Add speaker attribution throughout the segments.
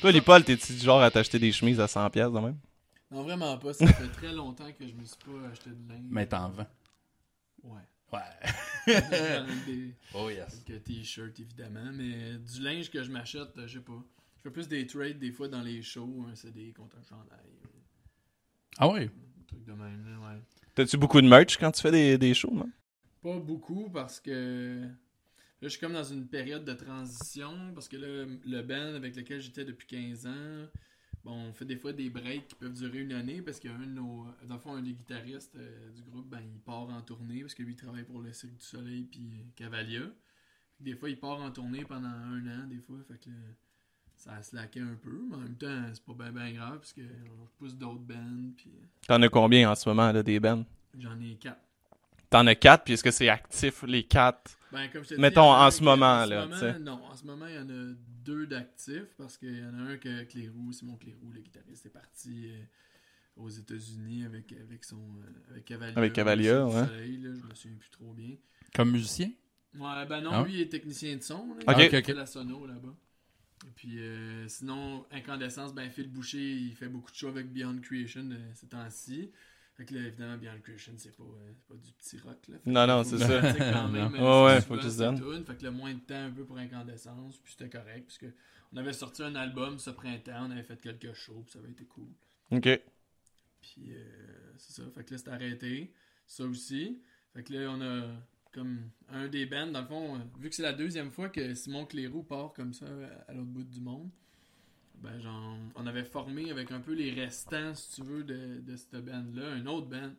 Speaker 1: Toi, les Paul, t'es-tu du genre à t'acheter des chemises à 100$ pièces de même?
Speaker 2: Non, vraiment pas. Ça fait très longtemps que je me suis pas acheté de linge.
Speaker 3: Mais t'en vends.
Speaker 2: Ouais.
Speaker 3: Ouais.
Speaker 2: Des-
Speaker 3: oh yes.
Speaker 2: Quelques t-shirts, évidemment. Mais du linge que je m'achète, euh, je sais pas. Je fais plus des trades des fois dans les shows. hein, C'est des comptes en chandail. euh,
Speaker 3: Ah ouais.
Speaker 2: Des trucs de même, là, ouais.
Speaker 1: T'as-tu beaucoup de merch quand tu fais des, des shows, man?
Speaker 2: Pas beaucoup parce que là, je suis comme dans une période de transition parce que là, le band avec lequel j'étais depuis 15 ans, bon, on fait des fois des breaks qui peuvent durer une année parce qu'un de nos, dans le fond, un des guitaristes euh, du groupe, ben, il part en tournée parce que lui, il travaille pour le Cirque du Soleil puis euh, Cavalia. Puis Des fois, il part en tournée pendant un an, des fois, fait que là, ça a slacké un peu, mais en même temps, c'est pas bien ben grave parce que on pousse d'autres bands puis euh,
Speaker 1: T'en as combien en ce moment, là, des bands?
Speaker 2: j'en ai quatre.
Speaker 1: T'en as quatre, puis est-ce que c'est actif, les quatre?
Speaker 2: Ben, comme je te
Speaker 1: Mettons,
Speaker 2: dis, il y a
Speaker 1: en
Speaker 2: un
Speaker 1: ce
Speaker 2: que-
Speaker 1: moment,
Speaker 2: en ce
Speaker 1: là,
Speaker 2: moment,
Speaker 1: tu sais.
Speaker 2: Non, en ce moment, il y en a deux d'actifs parce qu'il y en a un que Clérou, Simon Clérou, le guitariste, est parti euh, aux États-Unis avec, avec son. euh, avec Cavalier.
Speaker 1: Avec Cavalier, ouais.
Speaker 2: je me souviens plus trop bien.
Speaker 3: Comme musicien?
Speaker 2: Ouais, ben non,
Speaker 3: Ah.
Speaker 2: lui, il est technicien de son. Là,
Speaker 1: Ok.
Speaker 2: Il
Speaker 1: Ok,
Speaker 2: fait
Speaker 3: ok.
Speaker 2: la sono là-bas. Et puis, euh, sinon, Incandescence, ben Phil Boucher, il fait beaucoup de shows avec Beyond Creation euh, ces temps-ci. Fait que là, évidemment, Beyond Creation, c'est pas, euh, c'est pas du petit rock, là. Fait que
Speaker 1: Non, non,
Speaker 2: faut
Speaker 1: Ah, c'est
Speaker 2: que
Speaker 1: ça.
Speaker 2: je pratique quand même,
Speaker 1: Non.
Speaker 2: euh,
Speaker 1: Ouais, ouais,
Speaker 2: souvent,
Speaker 1: faut que tu se
Speaker 2: cette
Speaker 1: donnes.
Speaker 2: tune. Fait que le moins de temps un peu pour Incandescence, puis c'était correct, parce que on avait sorti un album ce printemps, on avait fait quelques shows, puis ça avait été cool.
Speaker 1: OK.
Speaker 2: Puis euh, c'est ça. Fait que là, c'est arrêté. Ça aussi. Fait que là, on a comme un des bands, dans le fond, euh, vu que c'est la deuxième fois que Simon Cléroux part comme ça euh, à l'autre bout du monde, ben genre, on avait formé avec un peu les restants, si tu veux, de, de cette band-là, un autre band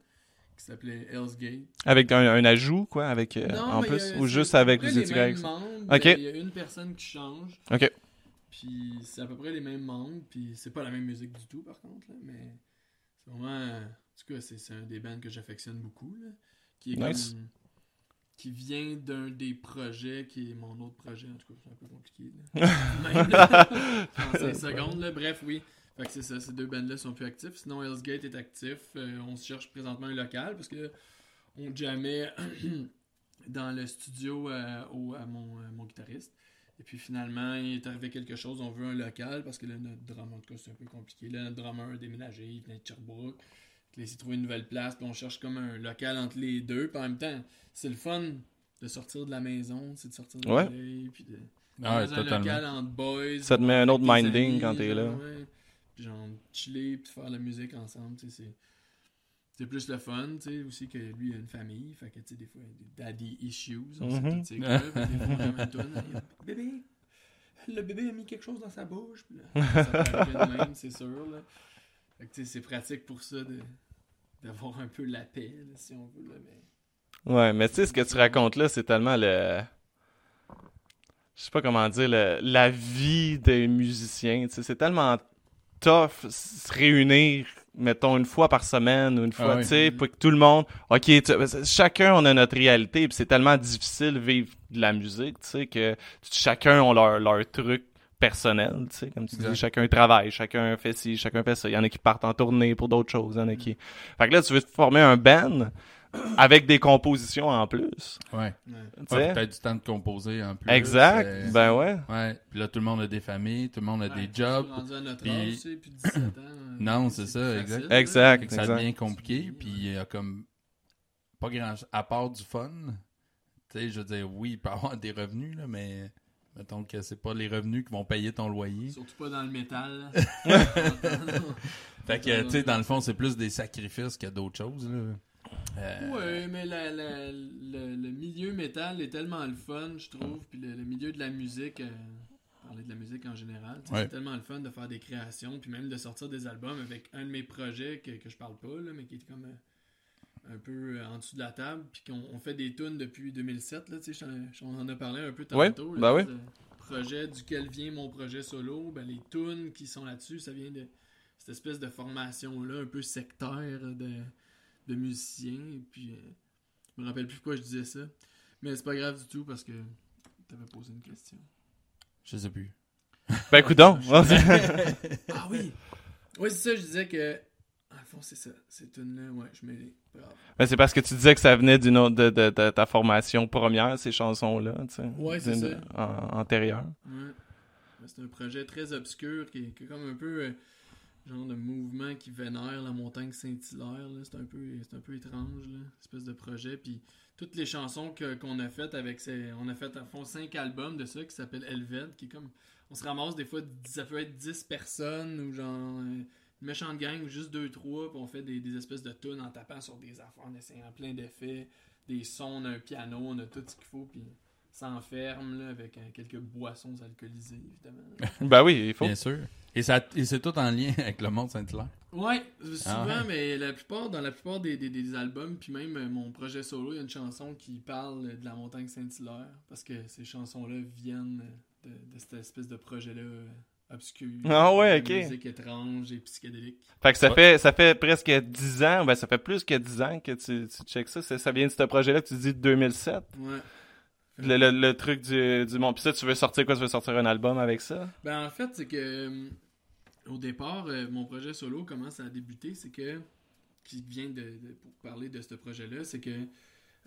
Speaker 2: qui s'appelait Hell's Gate.
Speaker 1: Avec un, un ajout, quoi, avec euh, en
Speaker 2: mais il y
Speaker 1: plus?
Speaker 2: a-
Speaker 1: Ou
Speaker 2: c'est
Speaker 1: juste
Speaker 2: à peu
Speaker 1: avec
Speaker 2: près
Speaker 1: vous
Speaker 2: les
Speaker 1: étiez avec
Speaker 2: mêmes
Speaker 1: ça?
Speaker 2: membres,
Speaker 1: Ok.
Speaker 2: mais Il y a une personne qui change.
Speaker 1: OK.
Speaker 2: Puis c'est à peu près les mêmes membres, puis c'est pas la même musique du tout par contre, là, mais c'est vraiment. euh, En tout cas, c'est c'est un des bands que j'affectionne beaucoup, là, qui est
Speaker 1: Nice.
Speaker 2: comme- qui vient d'un des projets qui est mon autre projet, en tout cas, c'est un peu compliqué. Là. Même, en cinq secondes, là, bref, oui. Fait que c'est ça, ces deux bands-là sont plus actifs. Sinon, Hell's Gate est actif. Euh, on se cherche présentement un local parce que on jamais dans le studio euh, au- à mon, à mon guitariste. Et puis finalement, il est arrivé quelque chose, on veut un local parce que là, notre drummer, en tout cas, c'est un peu compliqué. Là, notre drummer a déménagé, il venait de Sherbrooke. Puis là, il s'est trouvé une nouvelle place, puis on cherche comme un local entre les deux. Puis en même temps, c'est le fun de sortir de la maison, c'est de sortir de
Speaker 1: Ouais.
Speaker 2: la vieille, puis de
Speaker 3: Ah ouais,
Speaker 2: dans un
Speaker 3: totalement.
Speaker 2: local entre boys.
Speaker 1: Ça te met un
Speaker 2: avec
Speaker 1: autre
Speaker 2: tes
Speaker 1: minding
Speaker 2: amis,
Speaker 1: quand t'es
Speaker 2: genre,
Speaker 1: là.
Speaker 2: ouais. Puis genre, chiller puis faire de la musique ensemble, tu sais, c'est... C'est plus le fun, tu sais, aussi que lui a une famille. Fait que, tu sais, des fois, il y a des daddy issues. On sait
Speaker 1: Mhm.
Speaker 2: tous ces gars-là, fait que des fois, on ramène une toune, il y a, Bébé, le bébé a mis quelque chose dans sa bouche. Puis là, ça peut arriver de même, c'est sûr, là. Fait que, tu sais, c'est pratique pour ça de- d'avoir un peu la paix, là, si on veut, là, mais...
Speaker 1: Ouais, mais tu sais, ce que tu racontes là, c'est tellement le. Je sais pas comment dire, le- la vie des musiciens. tu sais, C'est tellement tough s- se réunir, mettons, une fois par semaine ou une fois,
Speaker 3: Ah oui.
Speaker 1: tu sais, pour que tout le monde. OK, tu- parce que chacun, on a notre réalité, puis c'est tellement difficile vivre de la musique, tu sais, que chacun a leur, leur truc personnel, tu sais, comme tu
Speaker 3: Exact.
Speaker 1: dis, chacun travaille, chacun fait ci, chacun fait ça. Il y en a qui partent en tournée pour d'autres choses, il y en a qui. Fait que là, tu veux te former un band avec des compositions en plus.
Speaker 3: Ouais.
Speaker 2: ouais.
Speaker 1: tu
Speaker 3: Ouais,
Speaker 1: sais.
Speaker 3: puis T'as du temps de composer en plus.
Speaker 1: exact.
Speaker 3: euh,
Speaker 1: Ben ouais.
Speaker 3: Ouais. Puis là, tout le monde a des familles, tout le monde a
Speaker 2: Ouais,
Speaker 3: des jobs.
Speaker 2: je suis rendu à notre
Speaker 3: puis-
Speaker 2: âge, tu sais, puis 17 ans. euh,
Speaker 3: Non, c'est ça,
Speaker 2: plus
Speaker 3: exact.
Speaker 2: facile, là. euh,
Speaker 1: Exact,
Speaker 3: Fait que ça
Speaker 1: exact.
Speaker 3: devient compliqué. Puis il y a comme pas grand à part du fun. Tu sais, je veux dire, oui, il peut y avoir des revenus, là, mais mettons que c'est pas les revenus qui vont payer ton loyer.
Speaker 2: Surtout pas dans le métal.
Speaker 3: Euh, Fait que, tu sais, dans le fond, c'est plus des sacrifices que d'autres choses. Là. Euh,
Speaker 2: ouais, mais la- la- le, le milieu métal est tellement le fun, je trouve. Puis le, le milieu de la musique, euh, parler de la musique en général, tu sais,
Speaker 3: Ouais.
Speaker 2: c'est tellement le fun de faire des créations. Puis même de sortir des albums avec un de mes projets que, que je parle pas, là, mais qui est comme euh, un peu euh, en dessous de la table. Puis qu'on on fait des tunes depuis 2007. Là, tu sais, je t'en- je- on en a parlé un peu tantôt.
Speaker 1: Ouais,
Speaker 2: là,
Speaker 1: bah ouais.
Speaker 2: le projet duquel vient mon projet solo, ben, les tunes qui sont là-dessus, ça vient de cette espèce de formation-là, un peu sectaire de, de musiciens. Et puis, euh, je me rappelle plus pourquoi je disais ça. Mais c'est pas grave du tout parce que t'avais posé une question.
Speaker 3: Je sais plus.
Speaker 1: Ben coudon.
Speaker 2: Ah oui! Oui, c'est ça, je disais que. En fond, c'est ça. Cette tune-là, ouais, je me l'ai. Bravo.
Speaker 1: ben c'est parce que tu disais que ça venait d'une autre de, de- de ta formation première, ces chansons là, tu sais.
Speaker 2: Ouais, c'est
Speaker 1: D'une- en- antérieure.
Speaker 2: Ouais. Mais C'est un projet très obscur qui est, qui est comme un peu euh, genre de mouvement qui vénère la montagne Saint-Hilaire. là. C'est un peu c'est un peu étrange, là, espèce de projet. Puis toutes les chansons que- qu'on a faites avec ces, on a fait à fond cinq albums de ça qui s'appelle Helvet, qui est comme on se ramasse des fois ça peut être 10 personnes ou genre euh, une méchante gang ou juste deux trois puis on fait des, des espèces de tunes en tapant sur des affaires, en essayant plein d'effets, des sons, on a un piano, on a tout ce qu'il faut puis ça enferme là, avec euh, quelques boissons alcoolisées évidemment.
Speaker 1: Ben oui, il faut.
Speaker 3: Bien sûr. Et, ça, et c'est tout en lien avec le monde Saint-Hilaire.
Speaker 2: Ouais, souvent,
Speaker 3: Ah ouais.
Speaker 2: mais la plupart, dans la plupart des, des- des albums, puis même euh, mon projet solo, il y a une chanson qui parle de la montagne Saint-Hilaire, parce que ces chansons-là viennent de, de cette espèce de projet-là euh, obscur.
Speaker 1: Ah ouais,
Speaker 2: de
Speaker 1: ok.
Speaker 2: Musique étrange et psychédélique.
Speaker 1: Fait que ça
Speaker 3: Ouais.
Speaker 1: fait ça fait presque 10 ans, ben ça fait plus que 10 ans que tu, tu checks ça. C'est- Ça vient de ce projet-là que tu dis de 2007.
Speaker 2: Ouais.
Speaker 1: Le, le- le truc du, du monde. Puis ça, tu veux sortir quoi? Tu veux sortir un album avec ça?
Speaker 2: Ben, en fait, c'est que euh, au départ, euh, mon projet solo commence à débuter, c'est que qui vient de, de- pour parler de ce projet-là, c'est que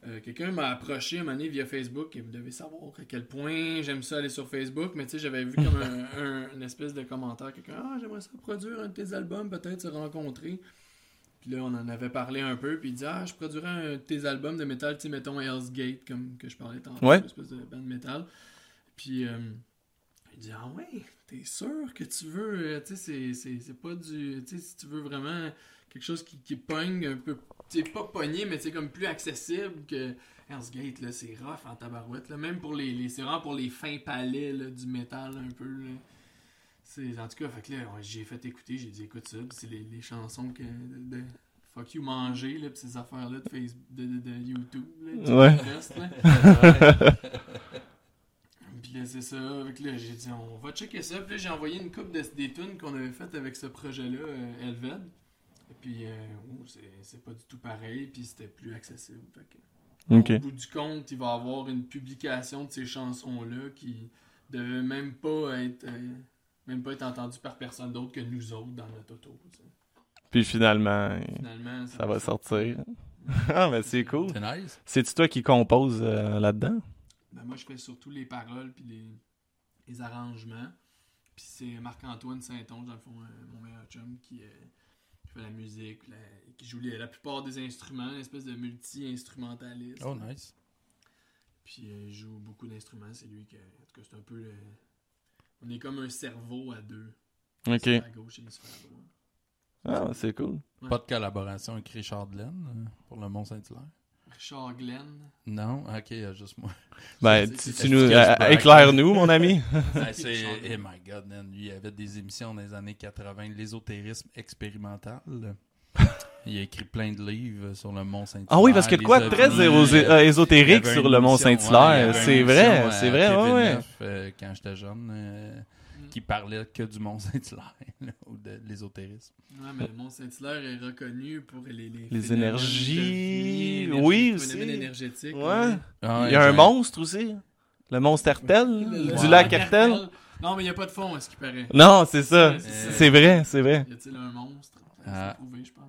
Speaker 2: euh, quelqu'un m'a approché un moment donné via Facebook et vous devez savoir à quel point j'aime ça aller sur Facebook, mais tu sais, j'avais vu comme un, un- une espèce de commentaire, quelqu'un Ah, j'aimerais ça produire un de tes albums, peut-être se rencontrer. Puis là, on en avait parlé un peu, puis il dit Ah, je produirais un de tes albums de métal, tu sais, mettons Hell's Gate, comme que je parlais tantôt,
Speaker 1: Ouais.
Speaker 2: une espèce de band métal. Puis euh, il dit Ah ouais, t'es sûr que tu veux, euh, tu sais, c'est- c'est c'est pas du. Tu sais, si tu veux vraiment quelque chose qui, qui pogne un peu. Tu sais, pas pogné, mais tu sais, comme plus accessible que Hell's Gate, là, c'est rough en tabarouette, là. Même pour les. les c'est vraiment pour les fins palais, là, du métal, un peu, là. C'est, en tout cas, fait que là, ouais, j'ai fait écouter, j'ai dit écoute ça, puis c'est les, les chansons que, de, de Fuck You Manger, là, pis ces affaires-là de, Facebook, de, de, de YouTube, là, tout
Speaker 1: Ouais.
Speaker 2: le reste, là. Puis là, c'est ça. Fait que là, j'ai dit, on va checker ça. Puis là, j'ai envoyé une coupe de, des tunes qu'on avait faites avec ce projet-là, euh, Elved. Et puis, euh, ouh, c'est, c'est pas du tout pareil. Puis c'était plus accessible. Fait que, Au bout du compte, il va y avoir une publication de ces chansons-là qui devait même pas être... euh, même pas être entendue par personne d'autre que nous autres dans notre auto. tu sais.
Speaker 1: Puis finalement,
Speaker 2: Finalement, c'est-
Speaker 1: ça va sortir. ah, ben c'est cool.
Speaker 3: C'est nice.
Speaker 1: C'est-tu toi qui compose euh, là-dedans?
Speaker 2: Ben, moi, je fais surtout les paroles puis les, les arrangements. Puis c'est Marc-Antoine Saint-Onge, dans le fond, euh, mon meilleur chum, qui, euh, qui fait la musique, la- qui joue les- la plupart des instruments, une espèce de multi-instrumentaliste.
Speaker 3: Oh, nice.
Speaker 2: Puis euh, il joue beaucoup d'instruments, c'est lui qui. En tout cas, c'est un peu. le- on est comme un cerveau à deux.
Speaker 1: Ok.
Speaker 2: Hémisphère À gauche, hémisphère à droite.
Speaker 1: Ah, ben, c'est cool.
Speaker 3: Pas de collaboration avec Richard Glenn euh, pour le Mont Saint-Hilaire.
Speaker 2: Richard Glenn.
Speaker 3: Non, ok, il y a juste moi.
Speaker 1: Ben,
Speaker 2: C'est-
Speaker 1: tu,
Speaker 2: c'est-
Speaker 1: tu
Speaker 3: c'est-
Speaker 1: nous
Speaker 3: c'est-
Speaker 1: euh,
Speaker 3: c'est-
Speaker 1: éclaire-nous, mon ami.
Speaker 3: Ah, c'est-
Speaker 2: Richard
Speaker 3: eh
Speaker 2: Glenn.
Speaker 3: my god, man, lui, il avait des émissions dans les années 80, l'ésotérisme expérimental. Il a écrit plein de livres sur le Mont Saint-Hilaire.
Speaker 1: Ah oui, parce que de
Speaker 3: les
Speaker 1: quoi de très
Speaker 3: ovnis,
Speaker 1: éros-
Speaker 3: euh,
Speaker 1: euh, ésotérique
Speaker 3: Il y avait
Speaker 1: sur
Speaker 3: une
Speaker 1: le Mont
Speaker 3: émission, ouais, il y
Speaker 1: Saint-Hilaire.
Speaker 3: avait
Speaker 1: c'est
Speaker 3: une
Speaker 1: vrai,
Speaker 3: émission à
Speaker 1: c'est vrai, ouais,
Speaker 3: TV9,
Speaker 1: ouais.
Speaker 3: euh, quand j'étais jeune, euh,
Speaker 2: Mm.
Speaker 3: qui parlait que du Mont Saint-Hilaire là, ou de l'ésotérisme.
Speaker 2: Ouais, mais le Mont-Saint-Hilaire est reconnu pour les, les,
Speaker 1: Les
Speaker 2: phénomènes
Speaker 1: énergies, oui,
Speaker 2: de vie, énergie-
Speaker 1: aussi.
Speaker 2: phénomènes énergétiques.
Speaker 1: Ouais.
Speaker 2: ouais.
Speaker 3: Ah,
Speaker 1: Il y a un
Speaker 3: j'ai-
Speaker 1: monstre aussi. Le monstre Artel,
Speaker 2: Le-
Speaker 1: du
Speaker 2: le-
Speaker 1: lac
Speaker 2: le-
Speaker 1: Artel.
Speaker 2: Non, mais il n'y a pas de fond, à ce qui paraît.
Speaker 1: Non, c'est ça.
Speaker 2: Ouais, c'est
Speaker 1: C'est vrai, c'est vrai.
Speaker 2: Y a-t-il un monstre
Speaker 3: Ah.
Speaker 2: C'est prouvé, je pense.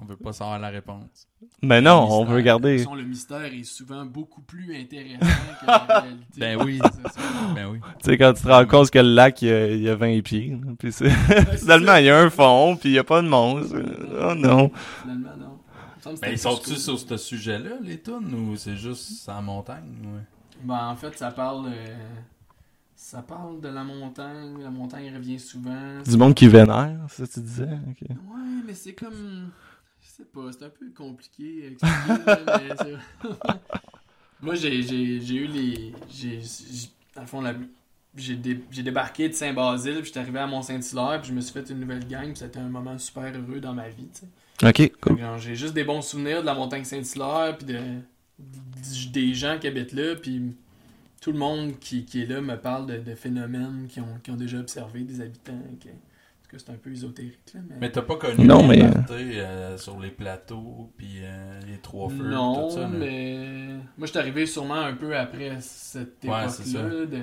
Speaker 3: On veut pas savoir la réponse.
Speaker 1: Mais non, on veut
Speaker 3: mystère.
Speaker 2: De toute
Speaker 1: garder.
Speaker 2: façon, le mystère est souvent beaucoup plus intéressant que la réalité.
Speaker 3: Ben oui.
Speaker 2: C'est ça.
Speaker 3: Ben oui.
Speaker 1: Tu sais, quand tu te rends compte que le lac, il y a, il y a 20 pieds. là, Puis c'est-
Speaker 2: Ouais,
Speaker 1: Finalement,
Speaker 2: c'est
Speaker 1: il y a un fond, puis il n'y a pas de monstre. Oh non.
Speaker 2: ça. Finalement, non. Il me semble que
Speaker 3: Ben,
Speaker 2: c'était
Speaker 3: ils sont-tu
Speaker 2: plus
Speaker 3: sur ce sujet-là, les tunes, ou c'est juste en montagne? ouais?
Speaker 2: cool. Ben, en fait, ça parle. euh, Ça parle de la montagne. La montagne revient souvent.
Speaker 1: Du monde qui vénère, ça tu disais. ok.
Speaker 2: Ouais, mais c'est comme. Je sais pas, c'est un peu compliqué à expliquer, là, mais c'est- Moi, j'ai, j'ai, j'ai eu les. J'ai, j'ai- dans le fond, la- j'ai, dé- j'ai débarqué de Saint-Basile, puis j'étais arrivé à Mont-Saint-Hilaire, puis je me suis fait une nouvelle gang, puis c'était un moment super heureux dans ma vie, tu sais.
Speaker 1: Ok, cool.
Speaker 2: Genre, J'ai juste des bons souvenirs de la montagne Saint-Hilaire, puis de, du- des gens qui habitent là, puis tout le monde qui, qui est là me parle de, de phénomènes qu'ils ont, qu'ils ont déjà observés, des habitants. qui- En tout cas, c'est un peu ésotérique, là, mais...
Speaker 3: Mais t'as pas connu
Speaker 1: Non,
Speaker 3: les
Speaker 1: mais-
Speaker 3: parties, euh, sur les plateaux, puis euh, les trois feux,
Speaker 2: non,
Speaker 3: tout ça. là.
Speaker 2: mais Moi, je suis arrivé sûrement un peu après cette
Speaker 3: Ouais, c'est ça.
Speaker 2: époque-là là, de,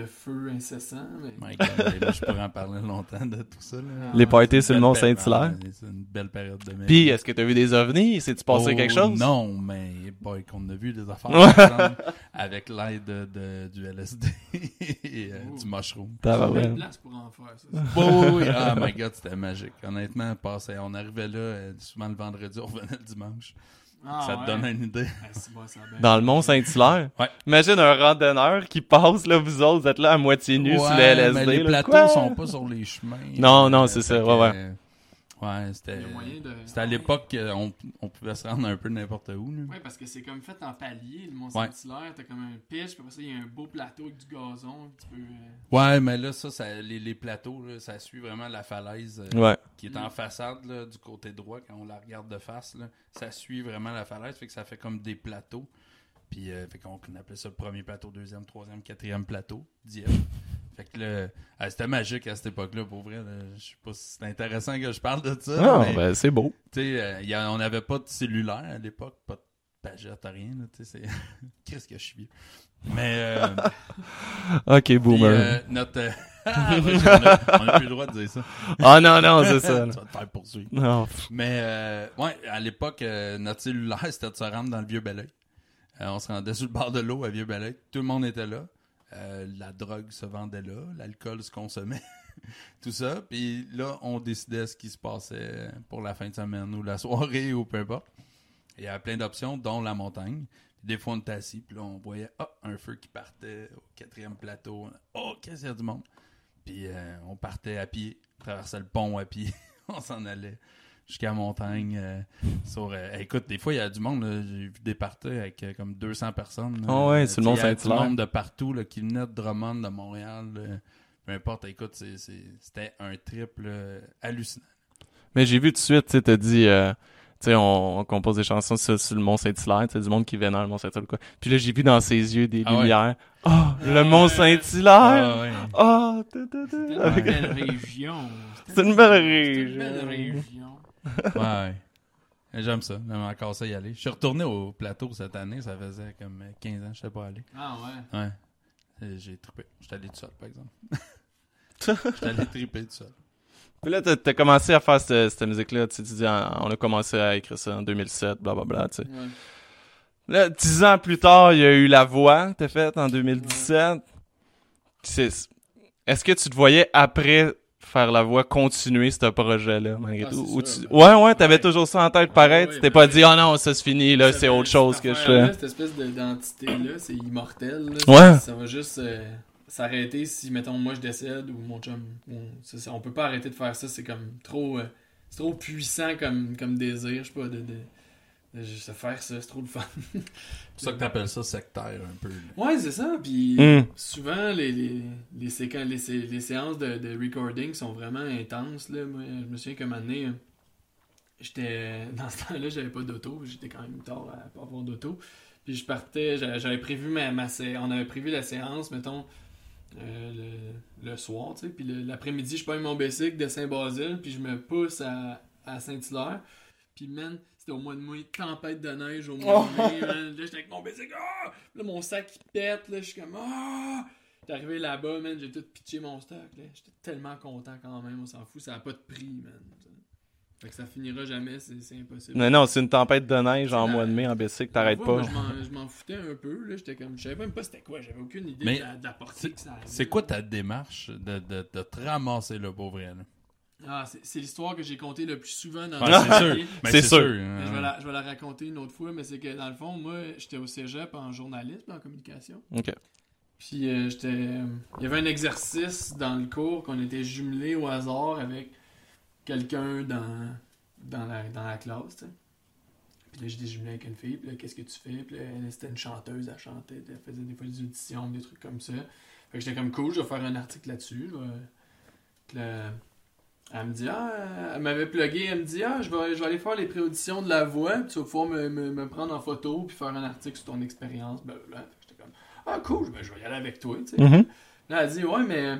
Speaker 2: de feu incessant. Mais...
Speaker 3: My God, mais là, je pourrais en parler longtemps de tout ça. Là. Ah,
Speaker 2: Les
Speaker 1: parties sur le
Speaker 3: Belle
Speaker 1: Mont
Speaker 3: période,
Speaker 1: Saint-Hilaire.
Speaker 3: ouais, C'est une belle période de ma
Speaker 1: Puis,
Speaker 3: vie.
Speaker 1: est-ce que t'as vu des ovnis? C'est-tu passé
Speaker 3: Oh,
Speaker 1: quelque chose?
Speaker 3: Non, mais boy, qu'on a vu des affaires ensemble avec l'aide de- de- du LSD et euh,
Speaker 2: Oh.
Speaker 3: du mushroom.
Speaker 2: J'ai
Speaker 1: Tabarouette.
Speaker 2: une place pour en faire, ça. c'est-
Speaker 3: Oui, oui, oui. Ah, my God, c'était magique. Honnêtement, passait- on arrivait là euh, souvent le vendredi, on revenait le dimanche.
Speaker 2: Ah,
Speaker 3: ça te
Speaker 2: ouais.
Speaker 3: donne une idée.
Speaker 2: Ah, c'est bon, ça a bien-
Speaker 1: Dans le Mont Saint-Hilaire?
Speaker 3: Ouais.
Speaker 1: Imagine un randonneur qui passe, là, vous autres, vous êtes là à moitié nu sur le
Speaker 3: Ouais,
Speaker 1: LSD.
Speaker 3: mais les
Speaker 1: là.
Speaker 3: plateaux
Speaker 1: Quoi?
Speaker 3: sont pas sur les chemins.
Speaker 1: Non,
Speaker 3: Euh,
Speaker 1: non, c'est ça,
Speaker 3: fait que,
Speaker 1: ouais, ouais.
Speaker 3: euh, Ouais, c'était.
Speaker 2: Il y a moyen de-
Speaker 3: Euh, C'était à l'époque qu'on on pouvait se rendre un peu n'importe où. là.
Speaker 2: Ouais, parce que c'est comme fait en palier, le
Speaker 3: Ouais.
Speaker 2: Mont-Saint-Hilaire. T'as comme un pitch, puis après ça, il y a un beau plateau avec du gazon. puis Tu peux. euh,
Speaker 3: Ouais, mais là, ça, ça- les, les plateaux, là, ça suit vraiment la falaise euh,
Speaker 1: Ouais.
Speaker 3: qui est en façade là, du côté droit quand on la regarde de face. là. ça suit vraiment la falaise, fait que ça fait comme des plateaux. Puis euh, fait qu'on on appelait ça le premier plateau, deuxième, troisième, quatrième plateau, Dieppe. Fait que là, ah, c'était magique à cette époque-là, pour vrai. là. Je sais pas si c'est intéressant que je parle de ça.
Speaker 1: Non,
Speaker 3: Ah, mais-
Speaker 1: ben, c'est beau.
Speaker 3: Tu sais, euh, y a- on n'avait pas de cellulaire à l'époque, pas de pagette, rien. là, tu sais, c'est- Qu'est-ce que je suis vieux. Mais euh,
Speaker 1: Ok,
Speaker 3: puis,
Speaker 1: boomer.
Speaker 3: euh, notre. euh, ah, ouais, on, a, on a plus le droit de dire ça.
Speaker 1: Ah non, non, c'est ça. là.
Speaker 3: Tu vas te faire poursuivre.
Speaker 1: Non, pff,
Speaker 3: Mais euh, ouais, à l'époque, euh, notre cellulaire, c'était de se rendre dans le vieux Belleuil. Euh, on se rendait sur le bord de l'eau à vieux Belleuil. Tout le monde était là. Euh, la drogue se vendait là, l'alcool se consommait, tout ça. Puis là, on décidait ce qui se passait pour la fin de semaine ou la soirée ou peu importe. Il y avait plein d'options, dont la montagne. Des fois, on était assis, puis là, on voyait ah, un feu qui partait au quatrième plateau. Oh, qu'est-ce qu'il y a du monde! Puis euh, on partait à pied, on traversait le pont à pied, on s'en allait jusqu'à la montagne. euh, sur, euh, écoute, des fois, il y a du monde, là, j'ai vu des parties avec euh, comme 200 personnes. là.
Speaker 1: Ah ouais, sur le
Speaker 3: Tu sais, il y avait
Speaker 1: Mont-Saint-Hilaire.
Speaker 3: Du monde de partout là, qui venait de Drummond, de Montréal, là, peu importe. Écoute, c'est- c'est- c'était un triple hallucinant.
Speaker 1: Mais j'ai vu tout de suite, tu sais, t'as dit, euh, tu sais, on, on compose des chansons sur, sur le Mont Saint-Hilaire, tu sais, du monde qui vénère le Mont Saint-Hilaire, ou quoi. Puis là, j'ai vu dans ses yeux des
Speaker 3: Ah ouais.
Speaker 1: lumières. Ah, le Mont Saint-Hilaire!
Speaker 3: Ah ouais.
Speaker 1: Ah, ta, ta, ta.
Speaker 2: C'était
Speaker 1: Avec-
Speaker 2: une belle région.
Speaker 1: C'est une belle
Speaker 2: C'était une belle
Speaker 1: région.
Speaker 2: région.
Speaker 3: Ouais. ouais. J'aime ça. J'aime encore ça y aller. Je suis retourné au plateau cette année. Ça faisait comme euh, 15 ans que je n'étais pas allé.
Speaker 2: Ah ouais.
Speaker 3: Ouais. Euh, J'ai trippé. Je suis allé tout seul, par exemple. Je suis allé tripper tout seul.
Speaker 1: Puis là, t'as t'as commencé à faire cette, cette musique-là, tu sais, tu dis, en- on a commencé à écrire ça en 2007, blablabla, tu sais.
Speaker 2: Ouais.
Speaker 1: Là, dix ans plus tard, il y a eu La Voix, t'as faite en 2017. C'est- Est-ce que tu te voyais après faire La Voix continuer ce projet-là, malgré
Speaker 2: Ah,
Speaker 1: tout?
Speaker 2: c'est
Speaker 1: Ou
Speaker 2: sûr,
Speaker 1: tu-
Speaker 2: ben-
Speaker 1: Ouais, ouais, t'avais
Speaker 2: ouais.
Speaker 1: toujours ça en tête, pareil.
Speaker 2: Ouais, ouais,
Speaker 1: tu t'es
Speaker 2: ben
Speaker 1: pas
Speaker 2: ouais.
Speaker 1: dit, oh non, ça se finit, là, c'est
Speaker 2: Ça fait
Speaker 1: autre chose que je
Speaker 2: cette
Speaker 1: fais.
Speaker 2: affaire-là, Cette espèce de- d'identité là, c'est immortel. là.
Speaker 1: Ouais.
Speaker 2: Ça, ça va juste euh, s'arrêter si, mettons, moi je décède ou mon chum. ou- c'est ça, on peut pas arrêter de faire ça. C'est comme trop, euh, c'est trop puissant comme, comme désir, je sais pas, de, de, de juste faire ça. C'est trop le fun.
Speaker 3: C'est pour ça que t'appelles ça sectaire un peu. là.
Speaker 2: Ouais, c'est ça. Puis
Speaker 1: Hmm.
Speaker 2: souvent, les, les, les, séquen- les, sé- les séances de, de recording sont vraiment intenses. Là. Moi, je me souviens qu'à un moment donné, euh, j'étais, dans ce temps-là, j'avais pas d'auto. puis J'étais quand même tard à pas avoir d'auto. Puis je partais, j'a- j'avais prévu ma, ma sé- On avait prévu la séance, mettons, euh, le, le soir, tu sais. Puis le- l'après-midi, je prends mon bicycle de Saint-Basile, puis je me pousse à, à Saint-Hilaire. Puis, man, c'était au mois de mai, tempête de neige au mois
Speaker 1: Oh!
Speaker 2: de mai, man. Là, j'étais avec mon bicycle, ah! Là, mon sac, il pète, là, je suis comme, ah! J'étais arrivé là-bas, man, j'ai tout pitché mon stock, là. J'étais tellement content quand même, on s'en fout, ça a pas de prix, man. Fait que ça finira jamais, c'est c'est impossible.
Speaker 1: Non, non, c'est une tempête de neige en
Speaker 2: Ouais.
Speaker 1: mois de mai en bicycle, t'arrêtes
Speaker 2: Des fois,
Speaker 1: pas.
Speaker 2: moi, je m'en- je m'en foutais un peu, là. J'étais comme, je savais même pas c'était quoi, j'avais aucune idée
Speaker 3: Mais
Speaker 2: de, la, de la portée que ça avait.
Speaker 3: C'est quoi ta démarche de, de, de te ramasser là pour vrai? là?
Speaker 2: Ah, c'est c'est l'histoire que j'ai contée le plus souvent dans
Speaker 3: Ouais, c'est sûr.
Speaker 2: vie.
Speaker 3: Mais
Speaker 1: C'est sûr.
Speaker 2: Mais Je vais,
Speaker 3: hein.
Speaker 2: la, je vais la raconter une autre fois, mais c'est que dans le fond, moi, j'étais au cégep en journalisme, en communication.
Speaker 1: Ok.
Speaker 2: Puis euh, j'étais. euh, Il y avait un exercice dans le cours qu'on était jumelés au hasard avec quelqu'un dans, dans, la, dans la classe. tu sais. Puis là, j'étais jumelé avec une fille. Puis là, qu'est-ce que tu fais? Puis là, elle, c'était une chanteuse, elle chantait. Elle faisait des fois des auditions, des trucs comme ça. Fait que j'étais comme cool, je vais faire un article là-dessus. je vais- Puis là, elle me dit, ah, euh, elle m'avait plugué. Elle me dit, ah, je vais, je vais aller faire les pré-auditions de la voix. Puis tu vas pouvoir me, me- me prendre en photo. Puis faire un article sur ton expérience. Ben, là, j'étais comme, ah, cool, ben, je vais y aller avec toi. tu sais.
Speaker 1: Mhm.
Speaker 2: Là, elle dit, ouais, mais.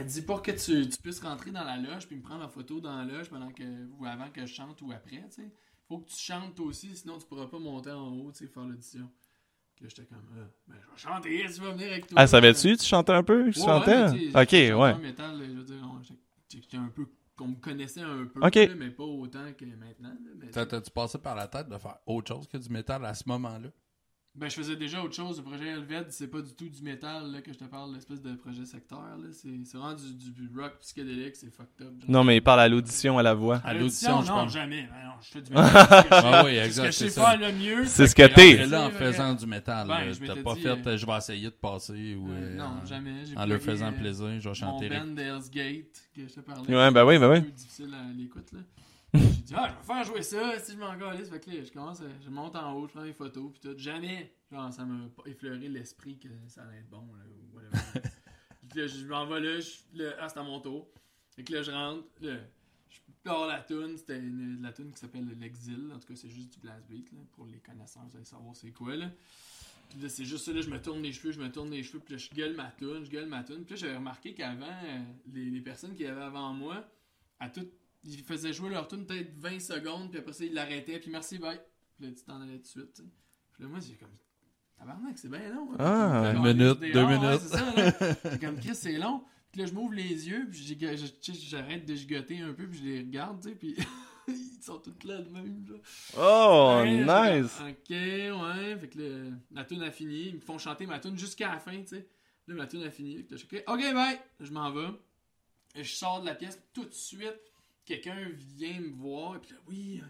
Speaker 2: Elle dit pour que tu, tu puisses rentrer dans la loge puis me prendre en photo dans la loge pendant que, ou avant que je chante ou après, tu sais. Faut que tu chantes toi aussi, sinon tu pourras pas monter en haut, tu sais, faire l'audition. Puis là, j'étais comme, ah, ben, je vais chanter, tu vas venir avec toi.
Speaker 1: Ah, savais-tu, tu chantais un peu? Tu
Speaker 2: Ouais,
Speaker 1: chantais? hein?
Speaker 2: ouais, mais tu sais,
Speaker 1: ok,
Speaker 2: j'étais
Speaker 1: ouais.
Speaker 2: chanteur métal, là, je veux dire, on- j'étais- j'étais un peu, qu'on me connaissait un peu,
Speaker 1: Ok.
Speaker 2: là, mais pas autant que maintenant. là, mais-
Speaker 3: T'as- T'as-tu passé par la tête de faire autre chose que du métal à ce moment-là?
Speaker 2: Ben, je faisais déjà autre chose. Le projet Helvet, c'est pas du tout du métal là, que je te parle, l'espèce de projet secteur. là. C'est c'est vraiment du, du rock psychédélique, c'est fucked up. genre.
Speaker 1: Non, mais il parle à l'audition, à la voix.
Speaker 3: À l'audition, je
Speaker 2: non,
Speaker 3: pense.
Speaker 2: jamais. Ben non, je fais du métal. c'est ce que je
Speaker 3: Ah
Speaker 2: sais-
Speaker 3: oui,
Speaker 2: C'est ce
Speaker 3: exact,
Speaker 2: que
Speaker 3: c'est
Speaker 2: je sais
Speaker 3: ça.
Speaker 2: faire le mieux.
Speaker 1: C'est ce que
Speaker 3: Et
Speaker 1: t'es.
Speaker 3: là, en
Speaker 2: C'est vrai.
Speaker 3: faisant du métal,
Speaker 2: Ben,
Speaker 3: là,
Speaker 2: je
Speaker 3: t'as
Speaker 2: m'étais
Speaker 3: pas
Speaker 2: dit,
Speaker 3: fait
Speaker 2: euh,
Speaker 3: euh, je vais essayer de passer ou.
Speaker 2: Euh,
Speaker 3: euh,
Speaker 2: non, jamais. J'ai
Speaker 3: En leur
Speaker 2: plugué,
Speaker 3: faisant
Speaker 2: euh,
Speaker 3: plaisir, je vais
Speaker 2: Mon
Speaker 3: chanter.
Speaker 2: band de Hell's Gate, que je te parlais.
Speaker 1: Ouais, ben oui, ben oui.
Speaker 2: C'est plus difficile à l'écoute. là. J'ai dit, ah, je vais faire jouer ça si je m'en calisse. Fait que là, je commence, à- je monte en haut, je prends des photos, puis tout. Jamais! Genre, ça m'a pas effleuré l'esprit que ça allait être bon, là, ou whatever. Puis là, je m'en vais là, je, suis là, ah, c'est à mon tour. Fait que là, je rentre, là, je pars la tune, c'était une- la tune qui s'appelle L'Exil. En tout cas, c'est juste du blast beat, là, pour les connaisseurs, vous allez savoir c'est quoi, là. Puis là, c'est juste ça, là, je me tourne les cheveux, je me tourne les cheveux, puis là, je gueule ma tune, je gueule ma tune. Puis là, j'avais remarqué qu'avant, euh, les, les personnes qui avaient avant moi, à toutes, ils faisaient jouer leur tune peut-être 20 secondes, puis après ça, ils l'arrêtaient, puis merci, bye. Puis là, tu t'en allais tout de suite, tu sais. Puis là, moi, j'ai comme, tabarnak, c'est bien long. hein.
Speaker 1: Ah,
Speaker 3: une minute, deux
Speaker 2: Ah, ouais,
Speaker 3: minutes.
Speaker 2: c'est ça, là. J'ai comme, Chris, c'est long. Puis là, je m'ouvre les yeux, puis j'ai- je- tu sais, j'arrête de gigoter un peu, puis je les regarde, tu sais, puis ils sont toutes là de même, là.
Speaker 1: Oh,
Speaker 2: Ouais, j'étais
Speaker 1: nice!
Speaker 2: comme, Ok, ouais. Fait que le- la tune a fini. Ils me font chanter ma tune jusqu'à la fin, tu sais. Là, ma tune a fini. Fait que là, je suis, ok, bye. Je m'en vais. Et je sors de la pièce tout de suite. Quelqu'un vient me voir. Et puis là, oui, euh,